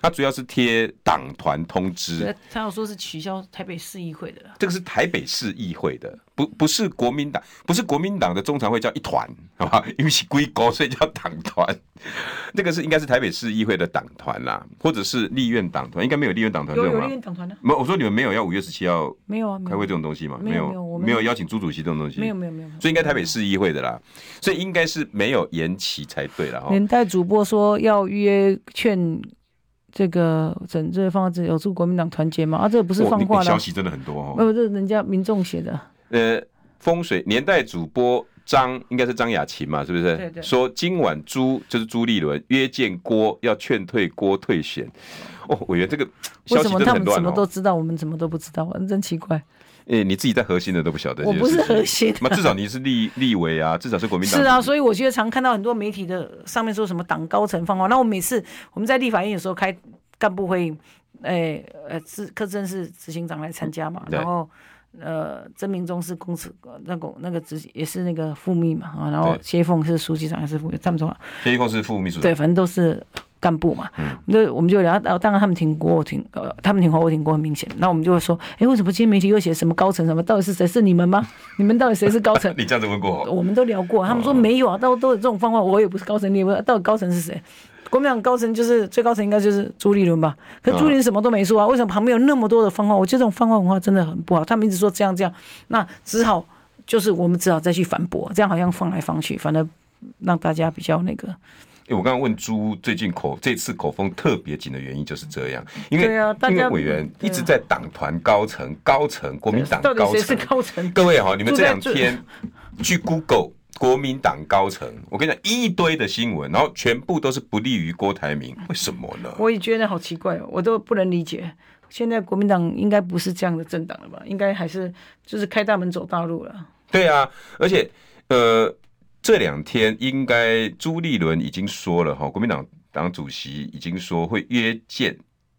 S1: 他主要是贴党团通知，
S2: 他要说是取消台北市议会的啦，
S1: 这个是台北市议会的，不不是国民党，不是国民党的中常会叫一团， 好吧？因为是归国，所以叫党团。这个是应该是台北市议会的党团啦，或者是立院党团，应该啊没有立院党团这
S2: 有有
S1: 种
S2: 立
S1: 吗
S2: 院？党团呢？啊
S1: 没有，我说你们没有要五月十七号
S2: 没有啊，没
S1: 开
S2: 有
S1: 会这种东西吗？
S2: 没有没有我们
S1: 没有邀请朱主席这种东西，
S2: 没有没有没有。
S1: 所以应该台北市议会的啦，所以应该是没有延期才对了哈。
S2: 年代主播说要约劝这个整治方式，有助国民党团结嘛？啊，这个不是
S1: 哇
S2: 放
S1: 你
S2: 话
S1: 你
S2: 的
S1: 消
S2: 啊，
S1: 息真的很多
S2: 没
S1: 哦。
S2: 有，这是人家民众写的。
S1: 呃，风水年代主播张应该是张雅琴嘛，是不是？
S2: 对对
S1: 说今晚朱就是朱立伦约见郭，要劝退郭退选。哦，委员这个消
S2: 为
S1: 息
S2: 什么
S1: 真的
S2: 他
S1: 很
S2: 们什
S1: 乱
S2: 么都
S1: 哦。
S2: 知道，我们什么都不知道？真奇怪。
S1: 诶、你自己在核心的都不晓得这
S2: 我
S1: 件事
S2: 不
S1: 情。
S2: 是核心啊
S1: 嘛，至少你是立 立委啊，至少是国民党。
S2: 是啊，所以我觉得常看到很多媒体的上面说什么党高层放话。那我每次我们在立法院有时候开干部会议，哎呃，是柯震是执行长来参加嘛，
S1: 对
S2: 然后呃，曾明忠是公司呃那个那个执也是那个副秘嘛啊，然后
S1: 对
S2: 谢凤是书记长还是副他们说
S1: 谢一共是副秘书长。？
S2: 对，反正都是干部嘛。那、我们就聊到，当然他们挺过，我挺呃，他们挺过，我挺过，很明显。那我们就会说，哎，为什么今天媒体又写什么高层什么？到底是谁？是你们吗？ 你们到底谁是高层
S1: 你这样子问过哦，
S2: 我们都聊过，他们说没有啊，到都有这种方法，我也不是高层，你也不知道到底高层是谁。国民党高层就是最高层应该就是朱立伦吧？可朱立伦什么都没
S1: 嗯
S2: 说啊，为什么旁边有那么多的方话？我觉得这种方话文化真的很不好，他们一直说这样这样，那只好就是我们只好再去反驳，这样好像放来放去，反而让大家比较那个。
S1: 欸我刚刚问朱最近口这次口风特别紧的原因就是这样，因
S2: 对
S1: 为、
S2: 啊大家啊
S1: 因为委员一直在党团高层、高层、国民党
S2: 到底
S1: 高
S2: 谁是
S1: 层。
S2: 高 层？
S1: 各位哈、你们这两
S2: 住在
S1: 天去 Google 国民党高层，我跟你讲一堆的新闻，然后全部都是不利于郭台铭，为什么呢？
S2: 我也觉得好奇怪，哦，我都不能理解。现在国民党应该不是这样的政党了吧？应该还是就是开大门走大路了。
S1: 对啊，而且呃，这两天应该朱立伦已经说了哈，国民党党主席已经说会约见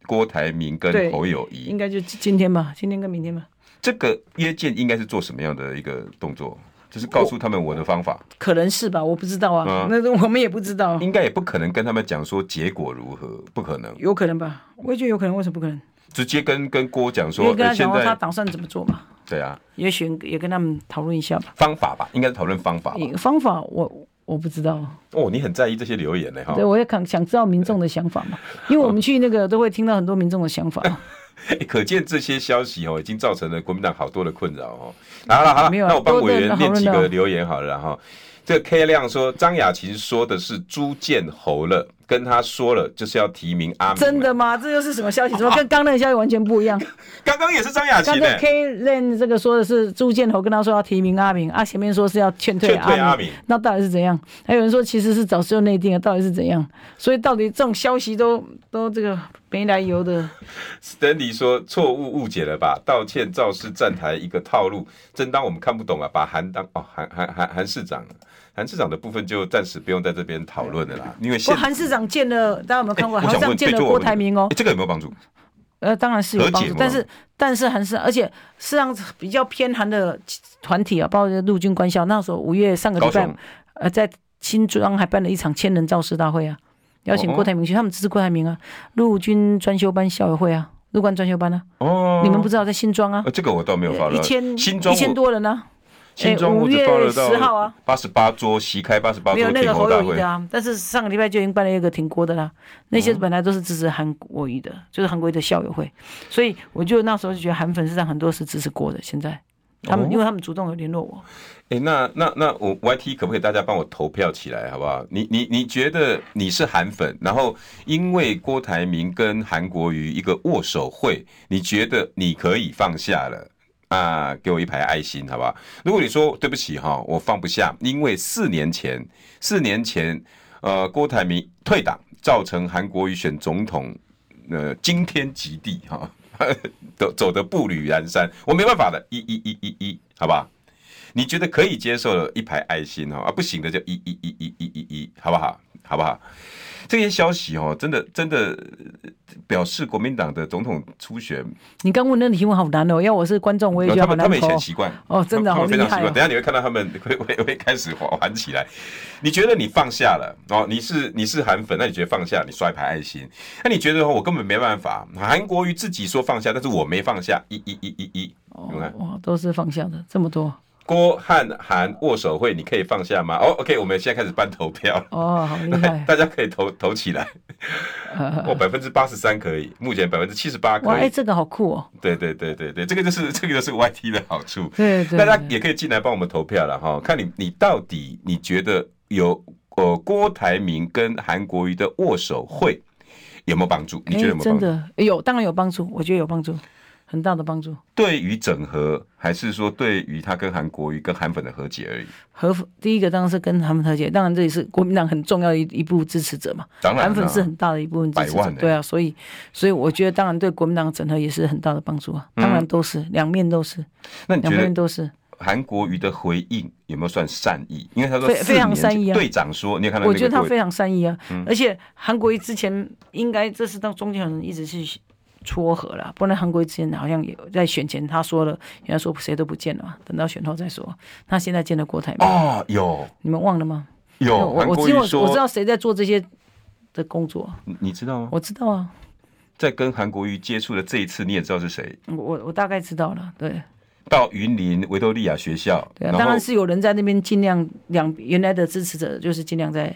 S1: 郭台铭
S2: 对
S1: 跟侯友谊
S2: 应，该就今天吧，今天跟明天吧，
S1: 这个约见应该是做什么样的一个动作？就是告诉他们我的方法，
S2: 可能是吧，我不知道啊，
S1: 嗯
S2: 那我们也不知道，
S1: 应该也不可能跟他们讲说结果如何，不可能，
S2: 有可能吧？我也觉得有可能，为什么不可能？
S1: 直接跟跟郭讲
S2: 因
S1: 说，
S2: 为跟他
S1: 呃现
S2: 讲话，他
S1: 在
S2: 打算怎么做嘛？
S1: 对啊，
S2: 也许也跟他们讨论一下吧。
S1: 方法吧，应该是讨论方法吧。
S2: 你方法我我不知道，
S1: 哦，你很在意这些留言呢哈
S2: 对，。我也想想知道民众的想法嘛，因为我们去那个都会听到很多民众的想 法。
S1: 欸可见这些消息哦，已经造成了国民党好多的困扰哦。好了好了，
S2: 没有啊
S1: 那我帮
S2: 多
S1: 委员
S2: 的
S1: 念
S2: 讨论
S1: 几
S2: 的
S1: 个
S2: 哦
S1: 留言好了哈。这个 K 亮说，张雅琴说的是朱建侯了，跟他说了就是要提名阿明。
S2: 真，的吗？这又是什么消息？怎么跟刚刚那个消息完全不一样？
S1: 刚刚也是张雅琴
S2: 刚
S1: 呢、
S2: 刚 K Len 这个说的是朱建侯跟他说要提名阿明，啊前面说是要劝退
S1: 劝退阿
S2: 阿
S1: 明
S2: 明，那到底是怎样？还有人说其实是早就内定了，到底是怎样？所以到底这种消息都都这个没来由的，
S1: s t a n l e y 说错误误解了吧？道歉肇事站台一个套路，真当我们看不懂啊！把韩当哦韩韩韩韩市长，韩市长的部分就暂时不用在这边讨论了啦，因为
S2: 不
S1: 现
S2: 过
S1: 哎
S2: 韩市长见了，大家有没有看过？
S1: 我
S2: 韩市
S1: 想
S2: 长
S1: 问
S2: 见
S1: 对
S2: 了
S1: 就我
S2: 郭台铭哦
S1: 欸，这个有没有帮助？
S2: 呃，当然是有
S1: 和
S2: 帮
S1: 解
S2: 助
S1: 吗，
S2: 但是但是韩市长，而且事实上比较偏韩的团体啊，包括陆军官校，那时候五月上个礼
S1: 高
S2: 拜
S1: 雄，
S2: 呃，在新庄还办了一场千人造势大会啊，邀请
S1: 哦哦
S2: 郭台铭去，他们支持郭台铭啊，陆军专修班校友会啊，陆官专修班啊，
S1: 哦，
S2: 你们不知道在新庄啊
S1: 呃，这个我倒没有发了。
S2: 一千
S1: 新庄
S2: 一
S1: 我
S2: 千多人呢、
S1: 新庄
S2: 哎
S1: 我
S2: 五
S1: 只
S2: 月
S1: 报了到
S2: 10号啊，
S1: 八十八桌席开八十八
S2: 没有
S1: 桌
S2: 那
S1: 挺
S2: 个
S1: 侯
S2: 侯
S1: 大
S2: 友谊
S1: 会
S2: 的，啊，但是上个礼拜就已经办了一个挺郭的啦。那
S1: 哦
S2: 些本来都是支持韩国瑜的，就是韩国瑜的校友会，所以我就那时候就觉得韩粉实际上很多是支持郭的。现在他
S1: 哦
S2: 们、因为他们主动有联络我，
S1: 哎、那那那我 YT 可不可以大家帮我投票起来，好不好？你你你觉得你是韩粉，然后因为郭台铭跟韩国瑜一个握手会，你觉得你可以放下了？啊，给我一排爱心，好不好？如果你说对不起哈，我放不下，因为四年前，四年前，呃，郭台铭退党，造成韩国瑜选总统，呃，惊天极地哈， 走走的步履蹒跚，我没办法的，一一一一一，好不好？你觉得可以接受的一排爱心哦，啊，不行的就一一一一一一一，好不好？好不好？这些消息哦，真的真的呃表示国民党的总统初选，
S2: 你刚问那个题目好难哦，要我是观众我也觉得
S1: 他
S2: 好
S1: 们他
S2: 难
S1: 们以
S2: 投
S1: 前。习惯
S2: 哦真的
S1: 他们
S2: 好
S1: 非
S2: 厉
S1: 常习
S2: 害哦
S1: 惯。等一下你会看到他们 会会会开始玩玩起来。你觉得你放下了哦？你是你是韩粉，那你觉得放下，你刷一排爱心。那你觉得哦我根本没办法？韩国瑜自己说放下，但是我没放下，一一一一一，有没有
S2: 哦，哇，都是放下的这么多
S1: 郭汉韩握手会，你可以放下吗？哦、o k 我们现在开始办投票，
S2: 哦，好厉害！
S1: 大家可以投投起 来。我百分之八十三可以，目前百分之七十八
S2: 哇，
S1: 可
S2: 哎，
S1: 以。
S2: 这个好酷哦！
S1: 对对对对对，这个就是这个就是 YT 的好处。
S2: 对对，
S1: 大家
S2: 对
S1: 也可以进来帮我们投票了哈，看你你到底你觉得有呃郭台铭跟韩国瑜的握手会有没有帮助？你觉得有
S2: 哎
S1: 没有
S2: 真
S1: 帮助？
S2: 的有，当然有帮助，我觉得有帮助，很大的帮助。
S1: 对于整合，还是说对于他跟韩国瑜跟韩粉的和解而已？
S2: 和第一个当然是跟韩粉和解，当然这也是国民党很重要的一一部支持者嘛。
S1: 当然啦
S2: 韩粉是很大的一部分支持
S1: 啊百
S2: 者，
S1: 万欸
S2: 对啊，所以所以我觉得当然对国民党的整合也是很大的帮助啊。当然都是、两面都是，
S1: 那嗯你觉
S2: 两面
S1: 得
S2: 都是。
S1: 韩国瑜的回应有没有算善意？因为他说
S2: 非
S1: 四
S2: 非常
S1: 年前
S2: 善意啊
S1: 队长说，你有看到那
S2: 我
S1: 个嗯
S2: 觉得他
S1: 过
S2: 非常善意啊，而且韩国瑜之前应该这是到中间有人一直去撮合啦，不然韩国瑜之前好像也在选前他说了，人家说谁都不见了嘛，等到选后再说。他现在见了郭台铭，
S1: 哦，有
S2: 你们忘了吗？
S1: 有
S2: 我
S1: 韩
S2: 我
S1: 国
S2: 因为
S1: 瑜
S2: 我我知
S1: 说，
S2: 道谁在做这些的工作，
S1: 你你知道吗？
S2: 我知道啊。
S1: 在跟韩国瑜接触的这一次，你也知道是谁，
S2: 我我我大概知道了，对
S1: 到云林维多利亚学校，
S2: 对啊，
S1: 然后
S2: 当然是有人在那边尽量两原来的支持者就是尽量在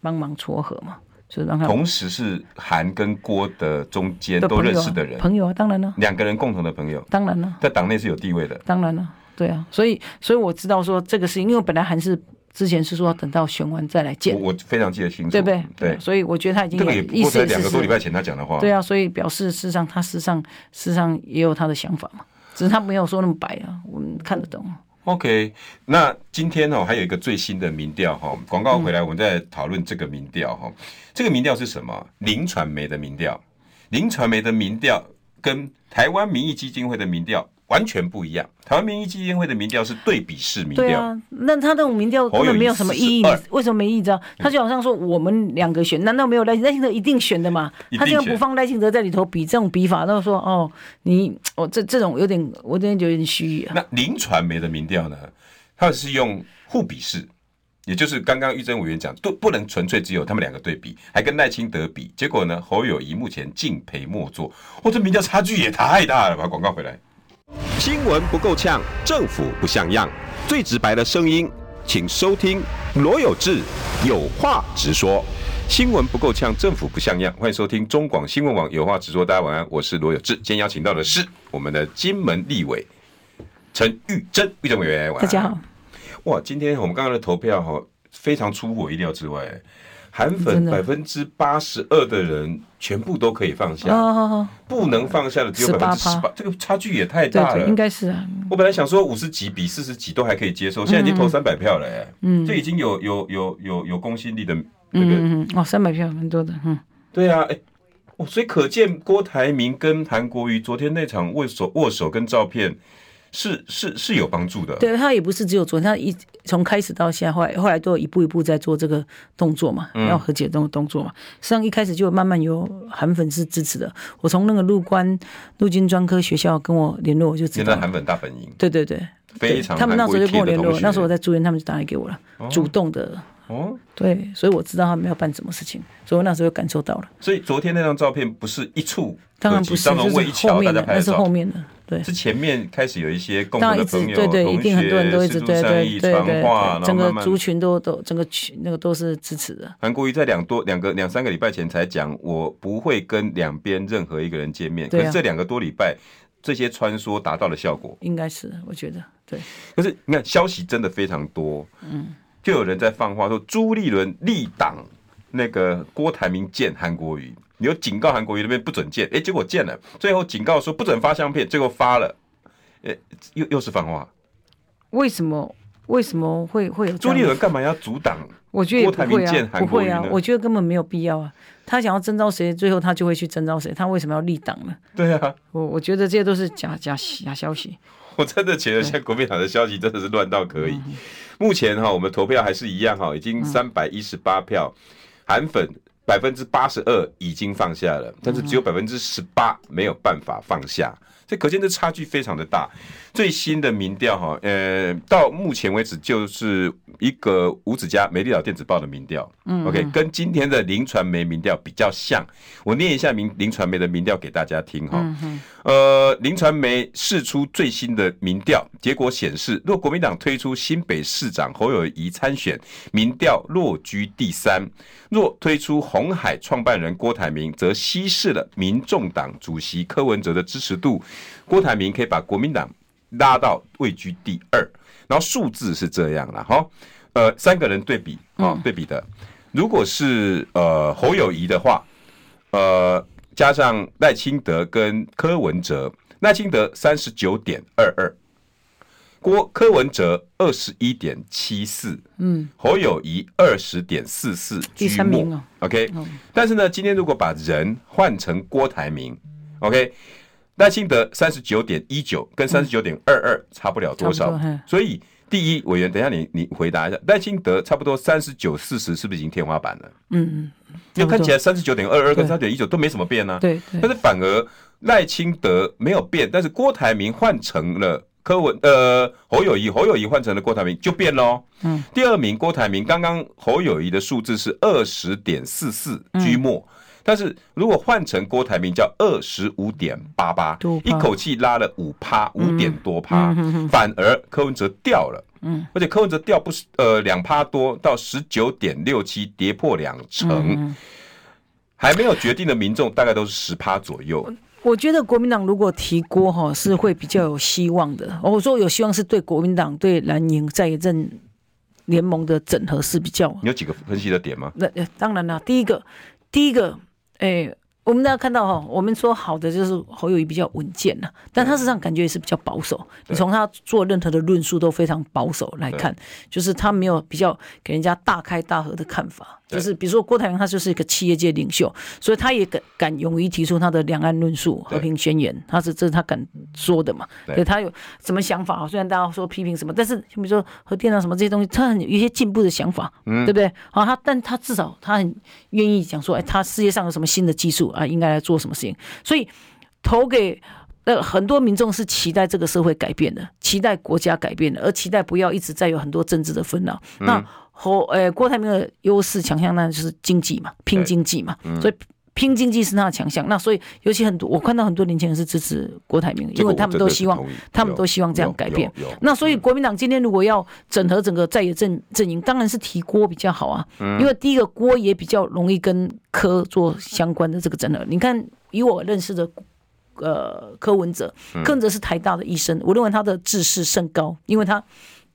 S2: 帮忙撮合嘛，就是让他
S1: 同时是韩跟郭的中间
S2: 的
S1: 都
S2: 朋友
S1: 认
S2: 啊
S1: 识的人，
S2: 朋友啊，当然了、
S1: 两个人共同的朋友，
S2: 当然了、
S1: 在党内是有地位的。
S2: 当然了、对啊，所以所以我知道说这个是因为我本来还是之前是说要等到选完再来见
S1: 我，我非常记得清楚，
S2: 对不对？
S1: 对，
S2: 所以我觉得他已经
S1: 这个也
S2: 有
S1: 不
S2: 意
S1: 过
S2: 思
S1: 才
S2: 也
S1: 两
S2: 是
S1: 个多礼拜前他讲的话，
S2: 对啊，所以表示事实上他事实上事实上也有他的想法嘛，只是他没有说那么白啊，我们看得懂。
S1: OK，那今天哦，还有一个最新的民调哈、广告
S2: 嗯
S1: 回来我们再讨论这个民调哈、这个民调是什么？林传媒的民调，林传媒的民调跟台湾民意基金会的民调完全不一样。台湾民意基金会的民调是对比式民
S2: 对
S1: 调，
S2: 啊，那他这种民调根本没有什么意义，
S1: 侯友宜42
S2: 你为什么没意义？知道？他就好像说我们两个选，难道没有赖赖清德一定选的嘛
S1: 嗯一？定
S2: 他这样
S1: 选
S2: 不放赖清德在里头比这种比法，那说哦，你哦这这种有点，我真的觉得有点虚啊。
S1: 那林传媒的民调呢，它是用互比式，也就是刚刚玉珍委员讲，都不能纯粹只有他们两个对比，还跟赖清德比。结果哦呢，侯友谊目前敬陪末座，哇、这民调差距也太大了吧！广告回来。
S3: 新闻不够呛，政府不像样，最直白的声音，请收听罗有志有话直说。
S1: 新闻不够呛，政府不像样。欢迎收听中广新闻网，有话直说。大家晚安，我是罗有志。今天邀请到的是我们的金门立委陈玉珍，玉珍委员，晚安
S2: 大家好，
S1: 哇，今天我们刚刚的投票哈，非常出乎我意料之外，韩粉
S2: 真
S1: 百
S2: 的
S1: 分之八十二的人全部都可以放下，
S2: 哦，
S1: 不能放下的只有百分之十八
S2: 18%，
S1: 这个差距也太
S2: 对
S1: 大
S2: 对，应
S1: 了。
S2: 该是啊，
S1: 我本来想说五十几比四十几都还可以接受，现在已经投三百票了、哎，嗯，这已经有有有有有公信力的那个，
S2: 嗯嗯嗯，哦，三百票蛮多的，嗯，
S1: 对啊，哎、哦，所以可见郭台铭跟韩国瑜昨天那场握手握手跟照片是是是有帮助的，
S2: 对他也不是只有昨天，他一从开始到现在，后来后来都有一步一步在做这个动作嘛，
S1: 嗯
S2: 要和解动动作嘛。实际上一开始就慢慢有韩粉是支持的。我从那个陆关陆军专科学校跟我联络，我就知
S1: 现
S2: 道
S1: 在。韩粉大本营
S2: 对对对，
S1: 非常
S2: 对他们那时候就跟我联
S1: 韩国
S2: 络
S1: 瑜，
S2: 那时候我
S1: 的哦
S2: 在住院，他们就打来给我了，主动的。
S1: 同学哦。
S2: 对，所以我知道他们要办什么事情，所以我那时候就感受到了。
S1: 所以昨天那张照片不是一处
S2: 当然
S1: 合集
S2: 不是，
S1: 张荣
S2: 就
S1: 卫一桥
S2: 是后
S1: 大
S2: 面
S1: 家
S2: 的，
S1: 拍
S2: 那
S1: 的
S2: 是
S1: 照
S2: 后
S1: 片，
S2: 面的。对，
S1: 是前面开始有一些共
S2: 当
S1: 同
S2: 然
S1: 的
S2: 一直
S1: 朋友、
S2: 对对，一
S1: 同
S2: 定很多人都一
S1: 学、
S2: 直
S1: 师
S2: 对
S1: 出善
S2: 对
S1: 意、
S2: 对
S1: 传
S2: 对
S1: 话，
S2: 对，
S1: 然后
S2: 整个
S1: 慢慢
S2: 族群都都整个群那个都是支持的。
S1: 韩国瑜在两多两个两三个礼拜前才讲，我不会跟两边任何一个人见面。
S2: 对啊
S1: 可是这两个多礼拜，这些穿梭达到了效果。
S2: 应该是，我觉得对，
S1: 可是你看，消息真的非常多，嗯，就有人在放话说朱立伦力挡那个郭台铭见韩国瑜，你有警告韩国瑜那边不准见，哎、结果见了，最后警告说不准发相片，结果发了，哎、又又是放话，
S2: 为什么为什么会会有这
S1: 朱
S2: 样
S1: 立
S2: 的
S1: 伦干嘛要阻挡？
S2: 我觉得也
S1: 郭
S2: 不
S1: 台铭
S2: 会
S1: 见
S2: 啊，
S1: 韩
S2: 不
S1: 国
S2: 会
S1: 瑜
S2: 啊
S1: 呢，
S2: 我觉得根本没有必要啊。他想要征召谁，最后他就会去征召谁，他为什么要立党呢？
S1: 对啊，
S2: 我我觉得这些都是假假假消息。
S1: 我真的觉得现在国民党的消息真的是乱到可以。目前哈，我们投票还是一样哈，已经三百一十八票，韩粉百分之八十二已经放下了，但是只有百分之十八没有办法放下，所以可见这差距非常的大。最新的民调哈，呃，到目前为止就是一个五指家美丽岛电子报的民调、o k 跟今天的林传媒民调比较像。我念一下民林传媒的民调给大家听哈。呃，林传媒释出最新的民调结果显示，若国民党推出新北市长侯友谊参选，民调落居第三；若推出红海创办人郭台铭，则稀释了民众党主席柯文哲的支持度，郭台铭可以把国民党拉到位居第二。然后数字是这样啦，哈，呃，三个人对比啊、
S2: 嗯
S1: 对比的，如果是呃侯友谊的话，呃，加上赖清德跟柯文哲，赖清德三十九点二二，郭柯文哲二十一点七四，嗯，侯友谊二十点四四，
S2: 第三名哦
S1: OK，、但是呢，今天如果把人换成郭台铭，OK，赖清德三十九点一九跟三十九点二二差不了多
S2: 嗯差
S1: 少，
S2: 不多嗯
S1: 所以第一委员，等一下你你回答一下，赖清德差不多三十九四十是不是已经天花板了？
S2: 嗯，
S1: 因为看起
S2: 来
S1: 来三十九点二二跟三
S2: 对
S1: 点一九都没什么变呢、啊，
S2: 对
S1: 但
S2: 对
S1: 是反而赖清德没有变，但是郭台铭换成了柯文呃侯友谊，侯友谊换成了郭台铭就变喽。
S2: 嗯，
S1: 第二名郭台铭，刚刚侯友谊的数字是二十点四四
S2: 嗯
S1: 居末。但是如果换成郭台铭，叫二十五点八八
S2: 多，嗯
S1: 一
S2: 吧
S1: 口气拉了五趴，五点多趴，反而柯文哲掉了，嗯，而且柯文哲掉不是呃两趴多到十九点六七，跌破两
S2: 嗯
S1: 成，还没有决定的民众大概都是十趴左右，
S2: 我觉得国民党如果提锅哈，是会比较有希望的。我说有希望是对国民党对蓝营在野阵联盟的整合是比较
S1: 你有几个分析的点吗？
S2: 那呃当然啦，第一个，第一个，哎、我们大家看到哈，我们说好的就是侯友谊比较稳健了，但他实际上感觉也是比较保守。你从他做任何的论述都非常保守来看，就是他没有比较给人家大开大合的看法。
S1: 对
S2: 就是比如说郭台铭，他就是一个企业界领袖，所以他也敢敢勇于提出他的两岸论述、
S1: 对
S2: 和平宣言，他是这是他敢说的嘛？
S1: 对
S2: 对他有什么想法？虽然大家说批评什么，但是比如说核电啊什么这些东西，他很有一些进步的想法，嗯，对不对？好，他但他至少他很愿意讲说，哎，他世界上有什么新的技术啊，应该来做什么事情，所以投给。呃，很多民众是期待这个社会改变的，期待国家改变的，而期待不要一直在有很多政治的纷扰。
S1: 嗯嗯
S2: 那侯呃郭台铭的优势强项呢，就是经济嘛，拼经济嘛，所以拼经济是他的强项。那所以，尤其很多我看到很多年轻人是支持郭台铭，
S1: 这
S2: 因
S1: 个
S2: 为
S1: 我
S2: 他们
S1: 真
S2: 都
S1: 的是
S2: 希望
S1: 同意
S2: 他们
S1: 有
S2: 都希望这样
S1: 有
S2: 改变
S1: 有有。
S2: 那所以国民党今天如果要整合整个在野阵阵营，当然是提郭比较好啊，
S1: 嗯
S2: 因为第一个郭也比较容易跟柯做相关的这个整合。你看，以我认识的呃柯文哲，
S1: 嗯
S2: 柯文哲是台大的医生，我认为他的治世甚高，因为他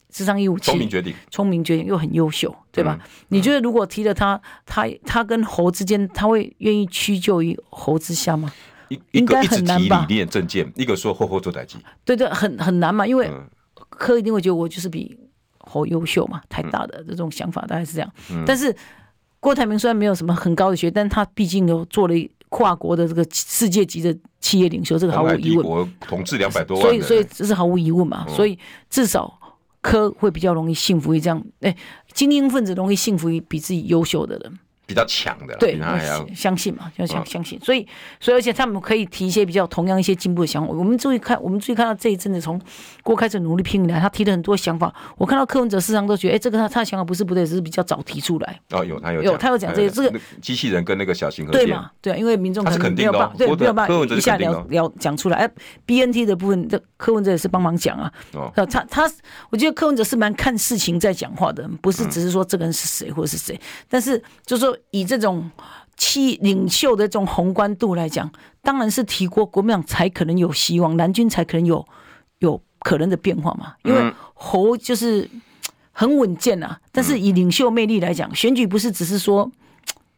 S2: 智商一五七
S1: 聪，明嗯绝顶，
S2: 聪明绝顶又很优秀，对吧？你觉得如果提了他，他他跟侯之间，他会愿意屈就于侯之下吗？
S1: 一一
S2: 应
S1: 个
S2: 该
S1: 一直
S2: 很难
S1: 提理
S2: 吧
S1: 念政见，一个说后后做代际，
S2: 对对，很很难嘛，因为
S1: 嗯
S2: 柯一定会觉得我就是比侯优秀嘛，太大的这种想法大概是这样。
S1: 嗯
S2: 但是郭台铭虽然没有什么很高的学，但他毕竟有做了一跨国的这个世界级的企业领袖，这个毫
S1: 红
S2: 无
S1: 海
S2: 疑
S1: 帝
S2: 问。
S1: 国统治两百多万
S2: 所以
S1: 人，
S2: 所以这是毫无疑问嘛，
S1: 嗯
S2: 所以至少科会比较容易信服于这样，哎，精英分子容易信服于比自己优秀的人，
S1: 比较强的啦，
S2: 对
S1: 比他还要，
S2: 相信嘛，要相
S1: 嗯
S2: 相信，所以所以而且他们可以提一些比较同样一些进步的想法。我们注意看，我们注意看到这一阵子从郭开始努力拼以来，他提了很多想法，我看到柯文哲时常都觉得，哎，这个他他的想法不是不对，只是比较早提出来，
S1: 哦，有他有
S2: 有他有讲这个
S1: 嗯
S2: 这个
S1: 那机器人跟那个小型核
S2: 对
S1: 电
S2: 嘛？对，啊因为民众
S1: 他是
S2: 可能没有
S1: 肯定的
S2: 办
S1: 哦
S2: 法，对，
S1: 郭
S2: 没有办
S1: 柯文
S2: 法
S1: 哲
S2: 一
S1: 是
S2: 下
S1: 肯定的
S2: 聊
S1: 哦
S2: 聊讲出来。哎，BNT 的部分，这柯文哲也是帮忙讲啊。
S1: 哦
S2: 呃他他，我觉得柯文哲是蛮看事情在讲话的，不
S1: 嗯
S2: 是只是说这个人是谁或者是谁，但是就说以这种气领袖的这种宏观度来讲，当然是提过国民党才可能有希望，蓝军才可能有有可能的变化嘛，因
S1: 嗯
S2: 为侯就是。很稳健啊，但
S1: 嗯
S2: 是以领袖魅力来讲，选举不是只是说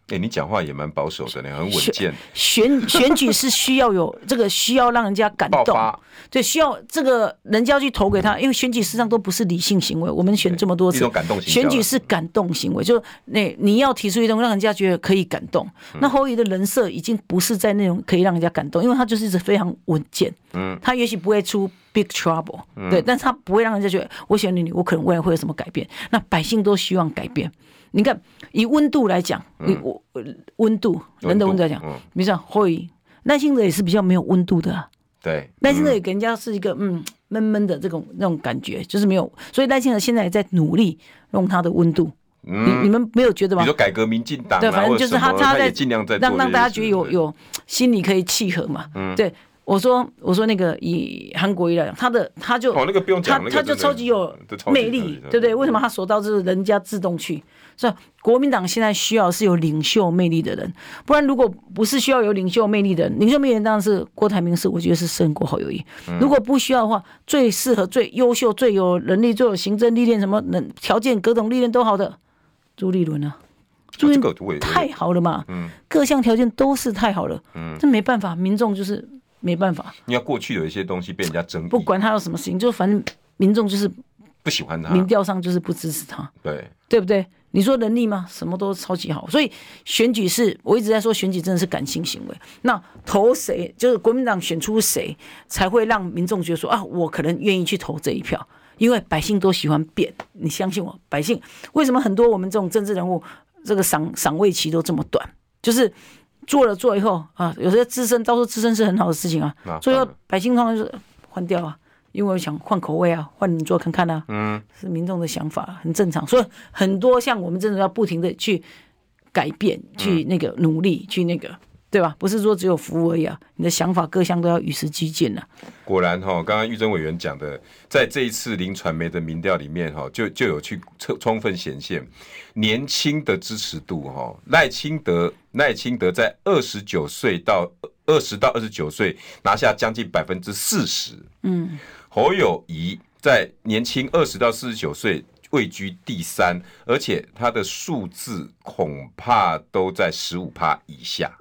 S1: 哎，你讲话也蛮保守的呢，很稳
S2: 选
S1: 健，
S2: 选选举是需要有这个需要让人家感
S1: 爆
S2: 动
S1: 发，
S2: 对，需要这个人家去投给他，因为选举实际上都不是理性行为，我们选这么多
S1: 一
S2: 次
S1: 种，感动啊型。
S2: 选举是感动行为，就是那你要提出一种让人家觉得可以感动。
S1: 嗯
S2: 那侯友宜的人设已经不是在那种可以让人家感动，因为他就是一直非常稳健，嗯，他也许不会出 big trouble，、对，
S1: 嗯
S2: 但是他不会让人家觉得我选了你，我可能未来会有什么改变。那百姓都希望改变。你看，以温度来讲，以我呃温度人的温度来讲
S1: 嗯，
S2: 比如说侯友宜耐心的也是比较没有温度的、啊，
S1: 对，
S2: 赖清德也给人家是一个嗯闷闷的这种那种感觉，就是没有。所以赖清德现在也在努力用他的温度。你你们没有觉得
S1: 比
S2: 吗
S1: 如？说改革民进党啊，
S2: 对，反正就是
S1: 或者什么
S2: 他
S1: 他
S2: 在
S1: 也尽量在
S2: 让
S1: 做
S2: 让
S1: 这
S2: 大家
S1: 些
S2: 觉得
S1: 事嗯
S2: 有
S1: 对
S2: 有心里可以契合嘛。对，我说我说那个以韩国瑜来讲，他的他就
S1: 哦那个不用讲那
S2: 他
S1: 个
S2: 他就
S1: 真的
S2: 超级有
S1: 嗯这超级
S2: 魅
S1: 超级
S2: 力
S1: 超级，
S2: 对不对？为什么他所到之处人家自动去？所以国民党现在需要是有领袖魅力的人，不然如果不是需要有领袖魅力的人，领袖魅力当然是郭台铭是我觉得是胜过侯友谊。
S1: 嗯
S2: 如果不需要的话，最适合、最优秀、最有能力、最有行政历练什么能条件、各种历练都好的朱立伦啊。朱
S1: 啊
S2: 立
S1: 这
S2: 伦
S1: 个我也我也嗯
S2: 太好了嘛，各项条件都是太好了，这没办法，民众就是没办法，
S1: 因为过去有一些东西被人家争议，
S2: 不管他有什么事情，就反正民众就是
S1: 不喜欢他，
S2: 民调上就是不支持他，
S1: 对，
S2: 对不对？你说能力吗？什么都超级好，所以选举是我一直在说，选举真的是感性行为。那投谁，就是国民党选出谁，才会让民众觉得说啊，我可能愿意去投这一票，因为百姓都喜欢变，你相信我，百姓为什么很多我们这种政治人物，这个赏赏位期都这么短，就是。做了做以后啊，有些资深，到时候资深是很好的事情啊
S1: 那。
S2: 所以
S1: 当
S2: 说
S1: 然
S2: 百姓通常就是换掉啊，因为我想换口味啊，换人做看看啊。嗯，是民众的想法，很正常。所以很多像我们这种要不停的去改变，
S1: 嗯
S2: 去那个努力，去那个，对吧？不是说只有服务而已啊，你的想法各项都要与时俱进啊。
S1: 果然哈、刚刚玉珍委员讲的，在这一次林传媒的民调里面哈、就就有去充充分显现年轻的支持度哈、赖清德赖清德在二十九岁到二十到二十九岁拿下将近百分之四十，嗯，侯友谊在年轻二十到四十九岁。位居第三，而且他的数字恐怕都在十五趴以下。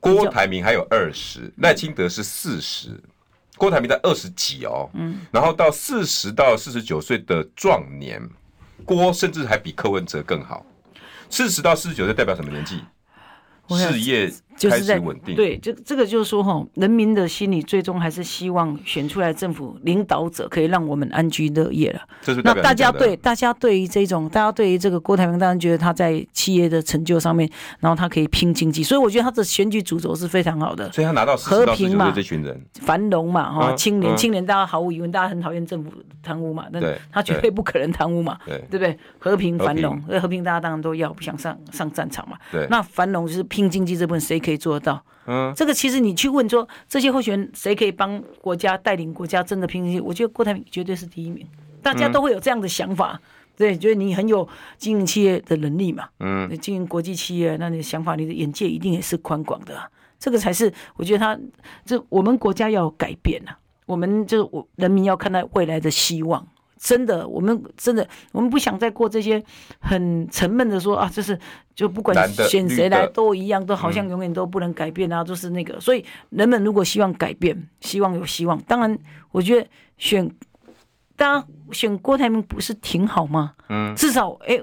S1: 郭台铭还有二十，
S2: 嗯
S1: 赖清德是四十，郭台铭在二十几哦，嗯，然后到四十到四十九岁的壮年，郭甚至还比柯文哲更好。四十到四十九岁代表什么年纪？
S2: 想
S1: 事业
S2: 就是在
S1: 开始稳定
S2: 对，这这个就是说哈，人民的心里最终还是希望选出来政府领导者可以让我们安居乐业了。
S1: 这是不是代
S2: 那
S1: 表
S2: 大
S1: 你讲
S2: 家
S1: 的
S2: 对大家对于这种，大家对于这个郭台铭，当然觉得他在企业的成就上面，然后他可以拼经济，所以我觉得他的选举主轴是非常好的，
S1: 所以他拿到四
S2: 和
S1: 十到四
S2: 平
S1: 九
S2: 嘛
S1: 岁这群人，
S2: 繁荣嘛，哈、
S1: 嗯
S2: 清廉，
S1: 嗯
S2: 清廉，大家毫无疑问，大家很讨厌政府贪污嘛，但
S1: 对
S2: 他绝对不可能贪污嘛，
S1: 对
S2: 对不对？和平
S1: 和
S2: 繁
S1: 平
S2: 荣，和平大家当然都要，不想上上战场嘛。
S1: 对
S2: 那繁荣就是拼经济这部分，谁可以做得到？
S1: 嗯，
S2: 这个其实你去问说这些候选人谁可以帮国家带领国家真的拼经济，我觉得郭台铭绝对是第一名，大
S1: 嗯
S2: 家都会有这样的想法。对，觉得你很有经营企业的能力嘛，嗯，经营国际企业，那你的想法、你的眼界一定也是宽广的啊、这个才是我觉得他这我们国家要改变啊，我们就是我人民要看待未来的希望。真的，我们真的，我们不想再过这些很沉闷的说啊，就是就不管
S1: 蓝的
S2: 选谁
S1: 绿的嗯
S2: 来都一样，都好像永远都不能改变啊，就是那个。所以人们如果希望改变，希望有希望，当然，我觉得选大家选郭台铭不是挺好吗？嗯，至少哎、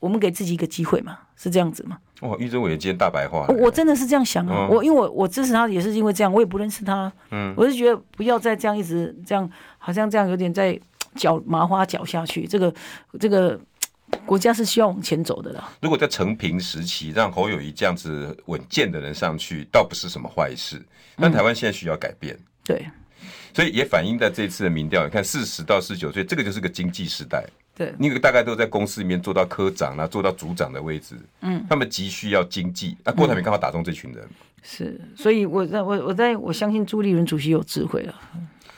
S2: 我们给自己一个机会嘛，是这样子吗？
S1: 哇，哦玉珍委员今天大白话，
S2: 哦我真的是这样想啊，
S1: 嗯
S2: 我因为我我支持他也是因为这样，我也不认识他，嗯，我是觉得不要再这样一直这样，好像这样有点在搅麻花搅下去，这个这个国家是需要往前走的啦。
S1: 如果在成平时期让侯友谊这样子稳健的人上去，倒不是什么坏事。
S2: 嗯
S1: 但台湾现在需要改变，
S2: 对
S1: 所以也反映在这次的民调。你看，四十到四十九岁，这个就是个经济时代，
S2: 对，
S1: 那个大概都在公司里面做到科长啊，做到组长的位置。嗯，他们急需要经济，那、
S2: 嗯
S1: 郭台铭刚好打中这群人。
S2: 是，所以我在我我在我相信朱立伦主席有智慧了，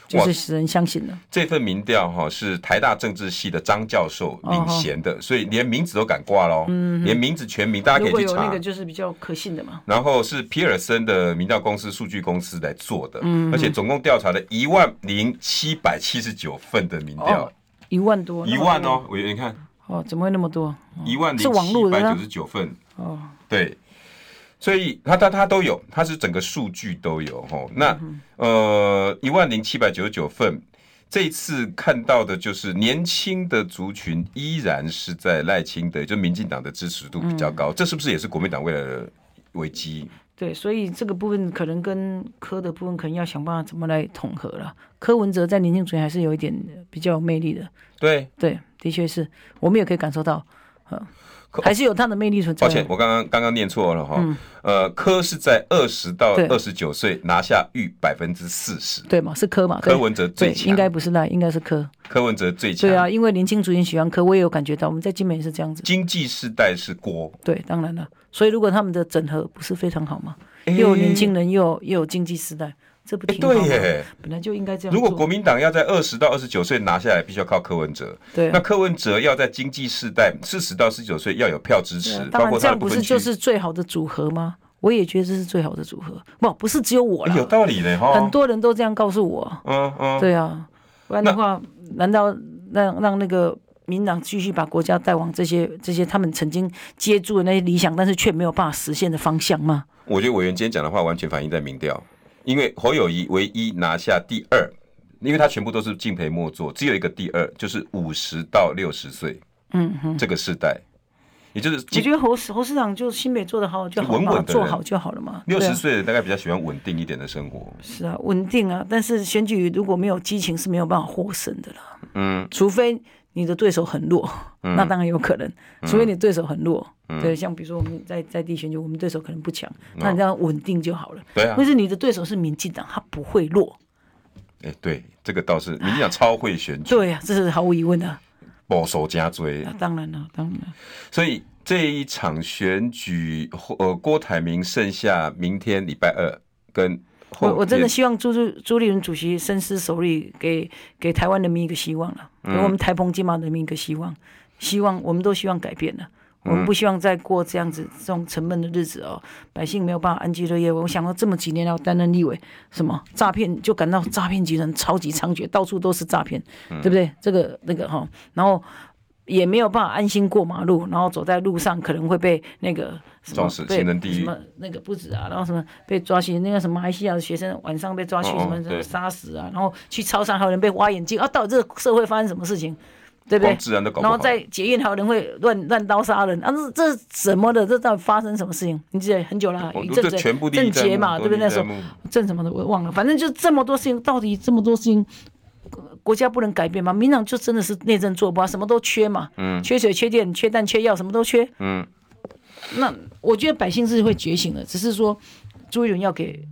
S2: 就
S1: 哇
S2: 是使人相信了。
S1: 这份民调哈是台大政治系的张教授
S2: 哦
S1: 领衔的，所以连名字都敢挂喽，连名字全名大家
S2: 嗯如
S1: 可
S2: 果
S1: 以去
S2: 有那
S1: 查
S2: 个。就是比较可信的嘛，
S1: 然后是皮尔森的民调公司、数据公司来做的，
S2: 嗯
S1: 而且总共调查了一万零七百七十九份的民调
S2: 哦，，一万多，
S1: 一、
S2: 那么
S1: 万
S2: 多，
S1: 哦，我你看
S2: 哦，怎么会那么多？
S1: 一万
S2: 是
S1: 零
S2: 网
S1: 七
S2: 络的
S1: 百
S2: 吗
S1: 九十九份，
S2: 哦，
S1: 对，所以它它它都有，它是整个数据都有吼。那
S2: 嗯
S1: 呃，一万零七百九十九份，这一次看到的就是年轻的族群依然是在赖清德，就民进党的支持度比较
S2: 嗯
S1: 高，这是不是也是国民党未来的危机？
S2: 对，所以这个部分可能跟科的部分可能要想办法怎么来统合了。柯文哲在年轻族群还是有一点比较有魅力的，
S1: 对，
S2: 对，的确是我们也可以感受到，嗯，
S1: 柯
S2: 还是有他的魅力存在
S1: 抱。歉，我刚刚刚刚念错了哈。呃，柯是在二十到
S2: 嗯对
S1: 二十九岁拿下逾百分之四十，
S2: 对嘛？是柯嘛？对
S1: 柯文哲最
S2: 对，
S1: 强
S2: 应该不是赖，应该是柯。
S1: 柯文哲最强。
S2: 对啊，因为年轻族群喜欢柯，我也有感觉到，我们在金门也是这样子。
S1: 经济世代是郭，
S2: 对，当然了，所以如果他们的整合不是非常好嘛，
S1: 诶
S2: 啊又有年轻人，又有又有经济时代，这不
S1: 嗯哎
S2: 挺好
S1: 对
S2: 吗？
S1: 耶。
S2: 本来就应该这样
S1: 如
S2: 做。
S1: 果国民党要在二十到二十九岁拿下来，必须要靠柯文哲。
S2: 对啊
S1: 那柯文哲要在经济世代四十到四十九岁要有票支持，
S2: 呃啊
S1: 包
S2: 当然
S1: 括
S2: 这
S1: 他的
S2: 样
S1: 不
S2: 不
S1: 分
S2: 是
S1: 区
S2: 就是最好的组合吗？我也觉得这是最好的组合，不，不是只有我
S1: 哎有
S2: 了，
S1: 道理的
S2: 很
S1: 哈。
S2: 多人都这样告诉我。
S1: 嗯嗯，
S2: 对啊，不然的话，难道让让那个民党继续把国家带往这些这些他们曾经接住的那些理想，但是却没有办法实现的方向吗？
S1: 我觉得委员今天讲的话完全反映在民调，因为侯友谊唯一拿下第二，因为他全部都是敬陪末座，只有一个第二，就是五十到六十岁，嗯哼，这个世代，也就是
S2: 我觉得侯市侯市长就新北做得好就好
S1: 稳
S2: 嘛，
S1: 稳的
S2: 做
S1: 人
S2: 好就好了嘛。
S1: 六
S2: 对
S1: 十
S2: 啊
S1: 岁的大概比较喜欢稳定一点的生活。
S2: 是啊，稳定啊，但是选举如果没有激情是没有办法获胜的啦。嗯，除非你的对手很弱，那当然有可能。除非你对手很弱，对，像比如说我们在在地选举，我们对手可能不强，那你这样稳定就好了。
S1: 对啊
S2: 但是你的对手是民进党，他不会弱。
S1: 哎、对，这个倒是民进党超会选举，
S2: 对啊，这是毫无疑问的、啊。
S1: 保守加追。
S2: 那当然了，当然了。
S1: 所以这一场选举，呃，郭台铭剩下明天礼拜二跟后
S2: 我
S1: 天
S2: 我真的希望朱朱朱立伦主席深思熟虑，给给台湾人民一个希望了，
S1: 嗯
S2: 给我们台澎金马人民一个希望，希望我们都希望改变了。
S1: 嗯
S2: 我们不希望再过这样子这种沉闷的日子哦，百姓没有办法安居乐业。我想到这么几年要担任立委，什么诈骗就感到诈骗集团超级猖獗，到处都是诈骗，
S1: 嗯
S2: 对不对？这个那个哈、然后也没有办法安心过马路，然后走在路上可能会被那个什么
S1: 撞死
S2: 被
S1: 行人地狱
S2: 什么那个不止啊，然后什么被抓去那个什么马来西亚的学生晚上被抓去
S1: 哦
S2: 什么
S1: 对
S2: 杀死啊，然后去超商还有人被挖眼睛啊，到底这个社会发生什么事情？对不对？
S1: 光治安都搞不
S2: 然后
S1: 好。
S2: 在捷运还有人会乱乱刀杀人啊！这这是什么的？这到底发生什么事情？你记得很久了啊，
S1: 我
S2: 一阵
S1: 这
S2: 子
S1: 全部
S2: 郑捷嘛，对不对？那时候
S1: 候
S2: 郑什么的我忘了，反正就这么多事情，到底这么多事情，呃国家不能改变吗？民党就真的是内政做不好，什么都缺嘛，嗯，缺水、缺电、缺蛋、缺药，什么都缺，嗯。那我觉得百姓是会觉醒的，只是说朱一伦要给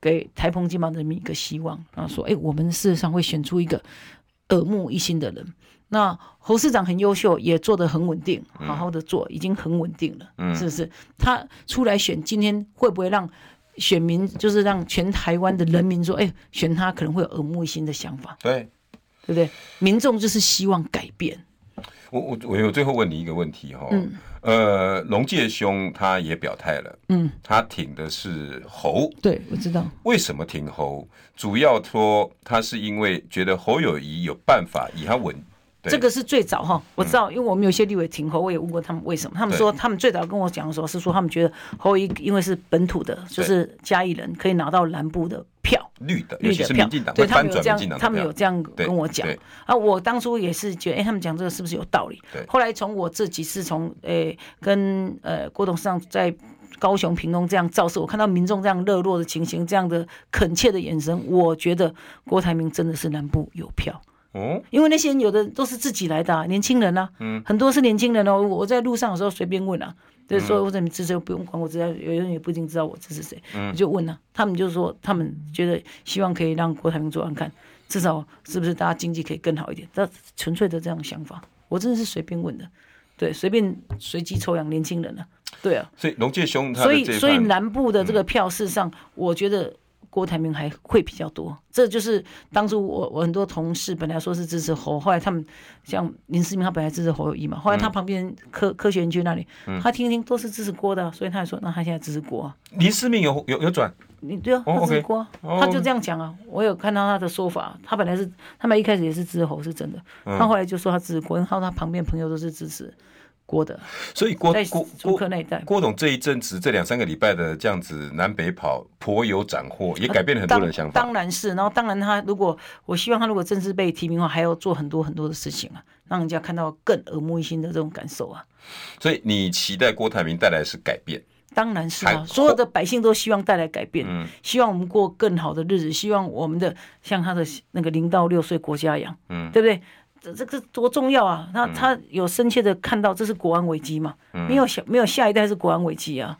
S2: 给台澎金马人民一个希望，然后说，哎，我们事实上会选出一个耳目一新的人。那侯市长很优秀，也做得很稳定，好好的做，已经很稳定了，是不是？他出来选，今天会不会让选民，就是让全台湾的人民说，哎，选他可能会有耳目一新的想法，
S1: 对。
S2: 对不对？民众就是希望改变，
S1: 我我我有最后问你一个问题哈、
S2: 嗯
S1: 呃，龙介兄他也表态了，嗯，他挺的是侯，
S2: 对我知道，
S1: 为什么挺侯？主要说他是因为觉得侯友谊有办法以他稳，对
S2: 这个是最早哈，我知道，因为我们有些立委停候，我也问过他们为什么，他们
S1: 对
S2: 说他们最早跟我讲的时候是说他们觉得侯一因为是本土的，就是嘉义人可以拿到南部的票。
S1: 绿的，尤
S2: 绿
S1: 其
S2: 的
S1: 是
S2: 票
S1: 民进，党
S2: 对
S1: 会
S2: 他
S1: 翻
S2: 们有
S1: 转
S2: 这
S1: 民进
S2: 样，
S1: 党
S2: 他们有
S1: 的票。
S2: 这样
S1: 对
S2: 跟我讲
S1: 对
S2: 啊。我当初也是觉得，哎、他们讲这个是不是有道理
S1: 对？
S2: 后来从我这几次从诶、跟呃郭董事长在高雄屏东这样造势，我看到民众这样热络的情形，这样的恳切的眼神，我觉得郭台铭真的是南部有票。
S1: 哦，
S2: 因为那些人有的都是自己来的、啊，年轻人啊，嗯，很多是年轻人哦。我在路上的时候随便问啊，就是说或者你支持不用管我知道，有人也不一定知道我支持谁，我就问啊，他们就说他们觉得希望可以让郭台铭做案看，至少是不是大家经济可以更好一点？这纯粹的这样想法，我真的是随便问的，对，随便随机抽样，年轻人啊，对啊，
S1: 所以龙介兄他
S2: 所
S1: 的
S2: 以
S1: 这一
S2: 所以
S1: 番嗯
S2: 南部的这个票，事实上我觉得郭台铭还会比较多。这就是当初我我很多同事本来说是支持侯，后来他们像林世明他本来支持侯友谊
S1: 嗯
S2: 嘛，后来他旁边科、科学园区那里，他听一听都是支持郭的啊，所以他也说那他现在支持郭、啊。
S1: 林思明有有有转，
S2: 你对啊，
S1: 哦
S2: 他支持
S1: OK
S2: 郭啊、
S1: 哦
S2: 他就这样讲啊。我有看到他的说法，他本来是他们一开始也是支持侯是真的，
S1: 嗯
S2: 他后来就说他支持郭，然后他旁边朋友都是支持郭的，
S1: 所以郭
S2: 在
S1: 郭
S2: 竹科
S1: 郭
S2: 那一带。
S1: 郭董这一阵子这两三个礼拜的这样子南北跑，颇有斩获，也改变了很多人的想
S2: 当
S1: 法。
S2: 当然是，然后当然他如果我希望他如果正式被提名的话，还要做很多很多的事情啊，让人家看到更耳目一新的这种感受啊。
S1: 所以你期待郭台铭带来的是改变，
S2: 当然是啊
S1: 还，
S2: 所有的百姓都希望带来改变，
S1: 嗯
S2: 希望我们过更好的日子，希望我们的像他的那个零到六岁国家养，嗯，对不对？这这个多重要啊！他
S1: 嗯
S2: 他有深切的看到这是国安危机嘛？没有下没有下一代是国安危机啊！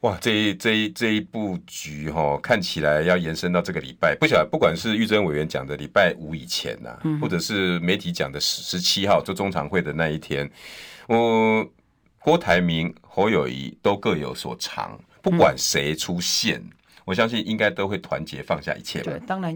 S1: 哇，这一这一这一布局哈、哦，看起来要延伸到这个礼拜。不晓得，不管是玉珍委员讲的礼拜五以前呐、或者是媒体讲的十十七号，就中常会的那一天，我、郭台铭、侯友谊都各有所长，不管谁出现，我相信应该都会团结放下一切吧
S2: 对。，当然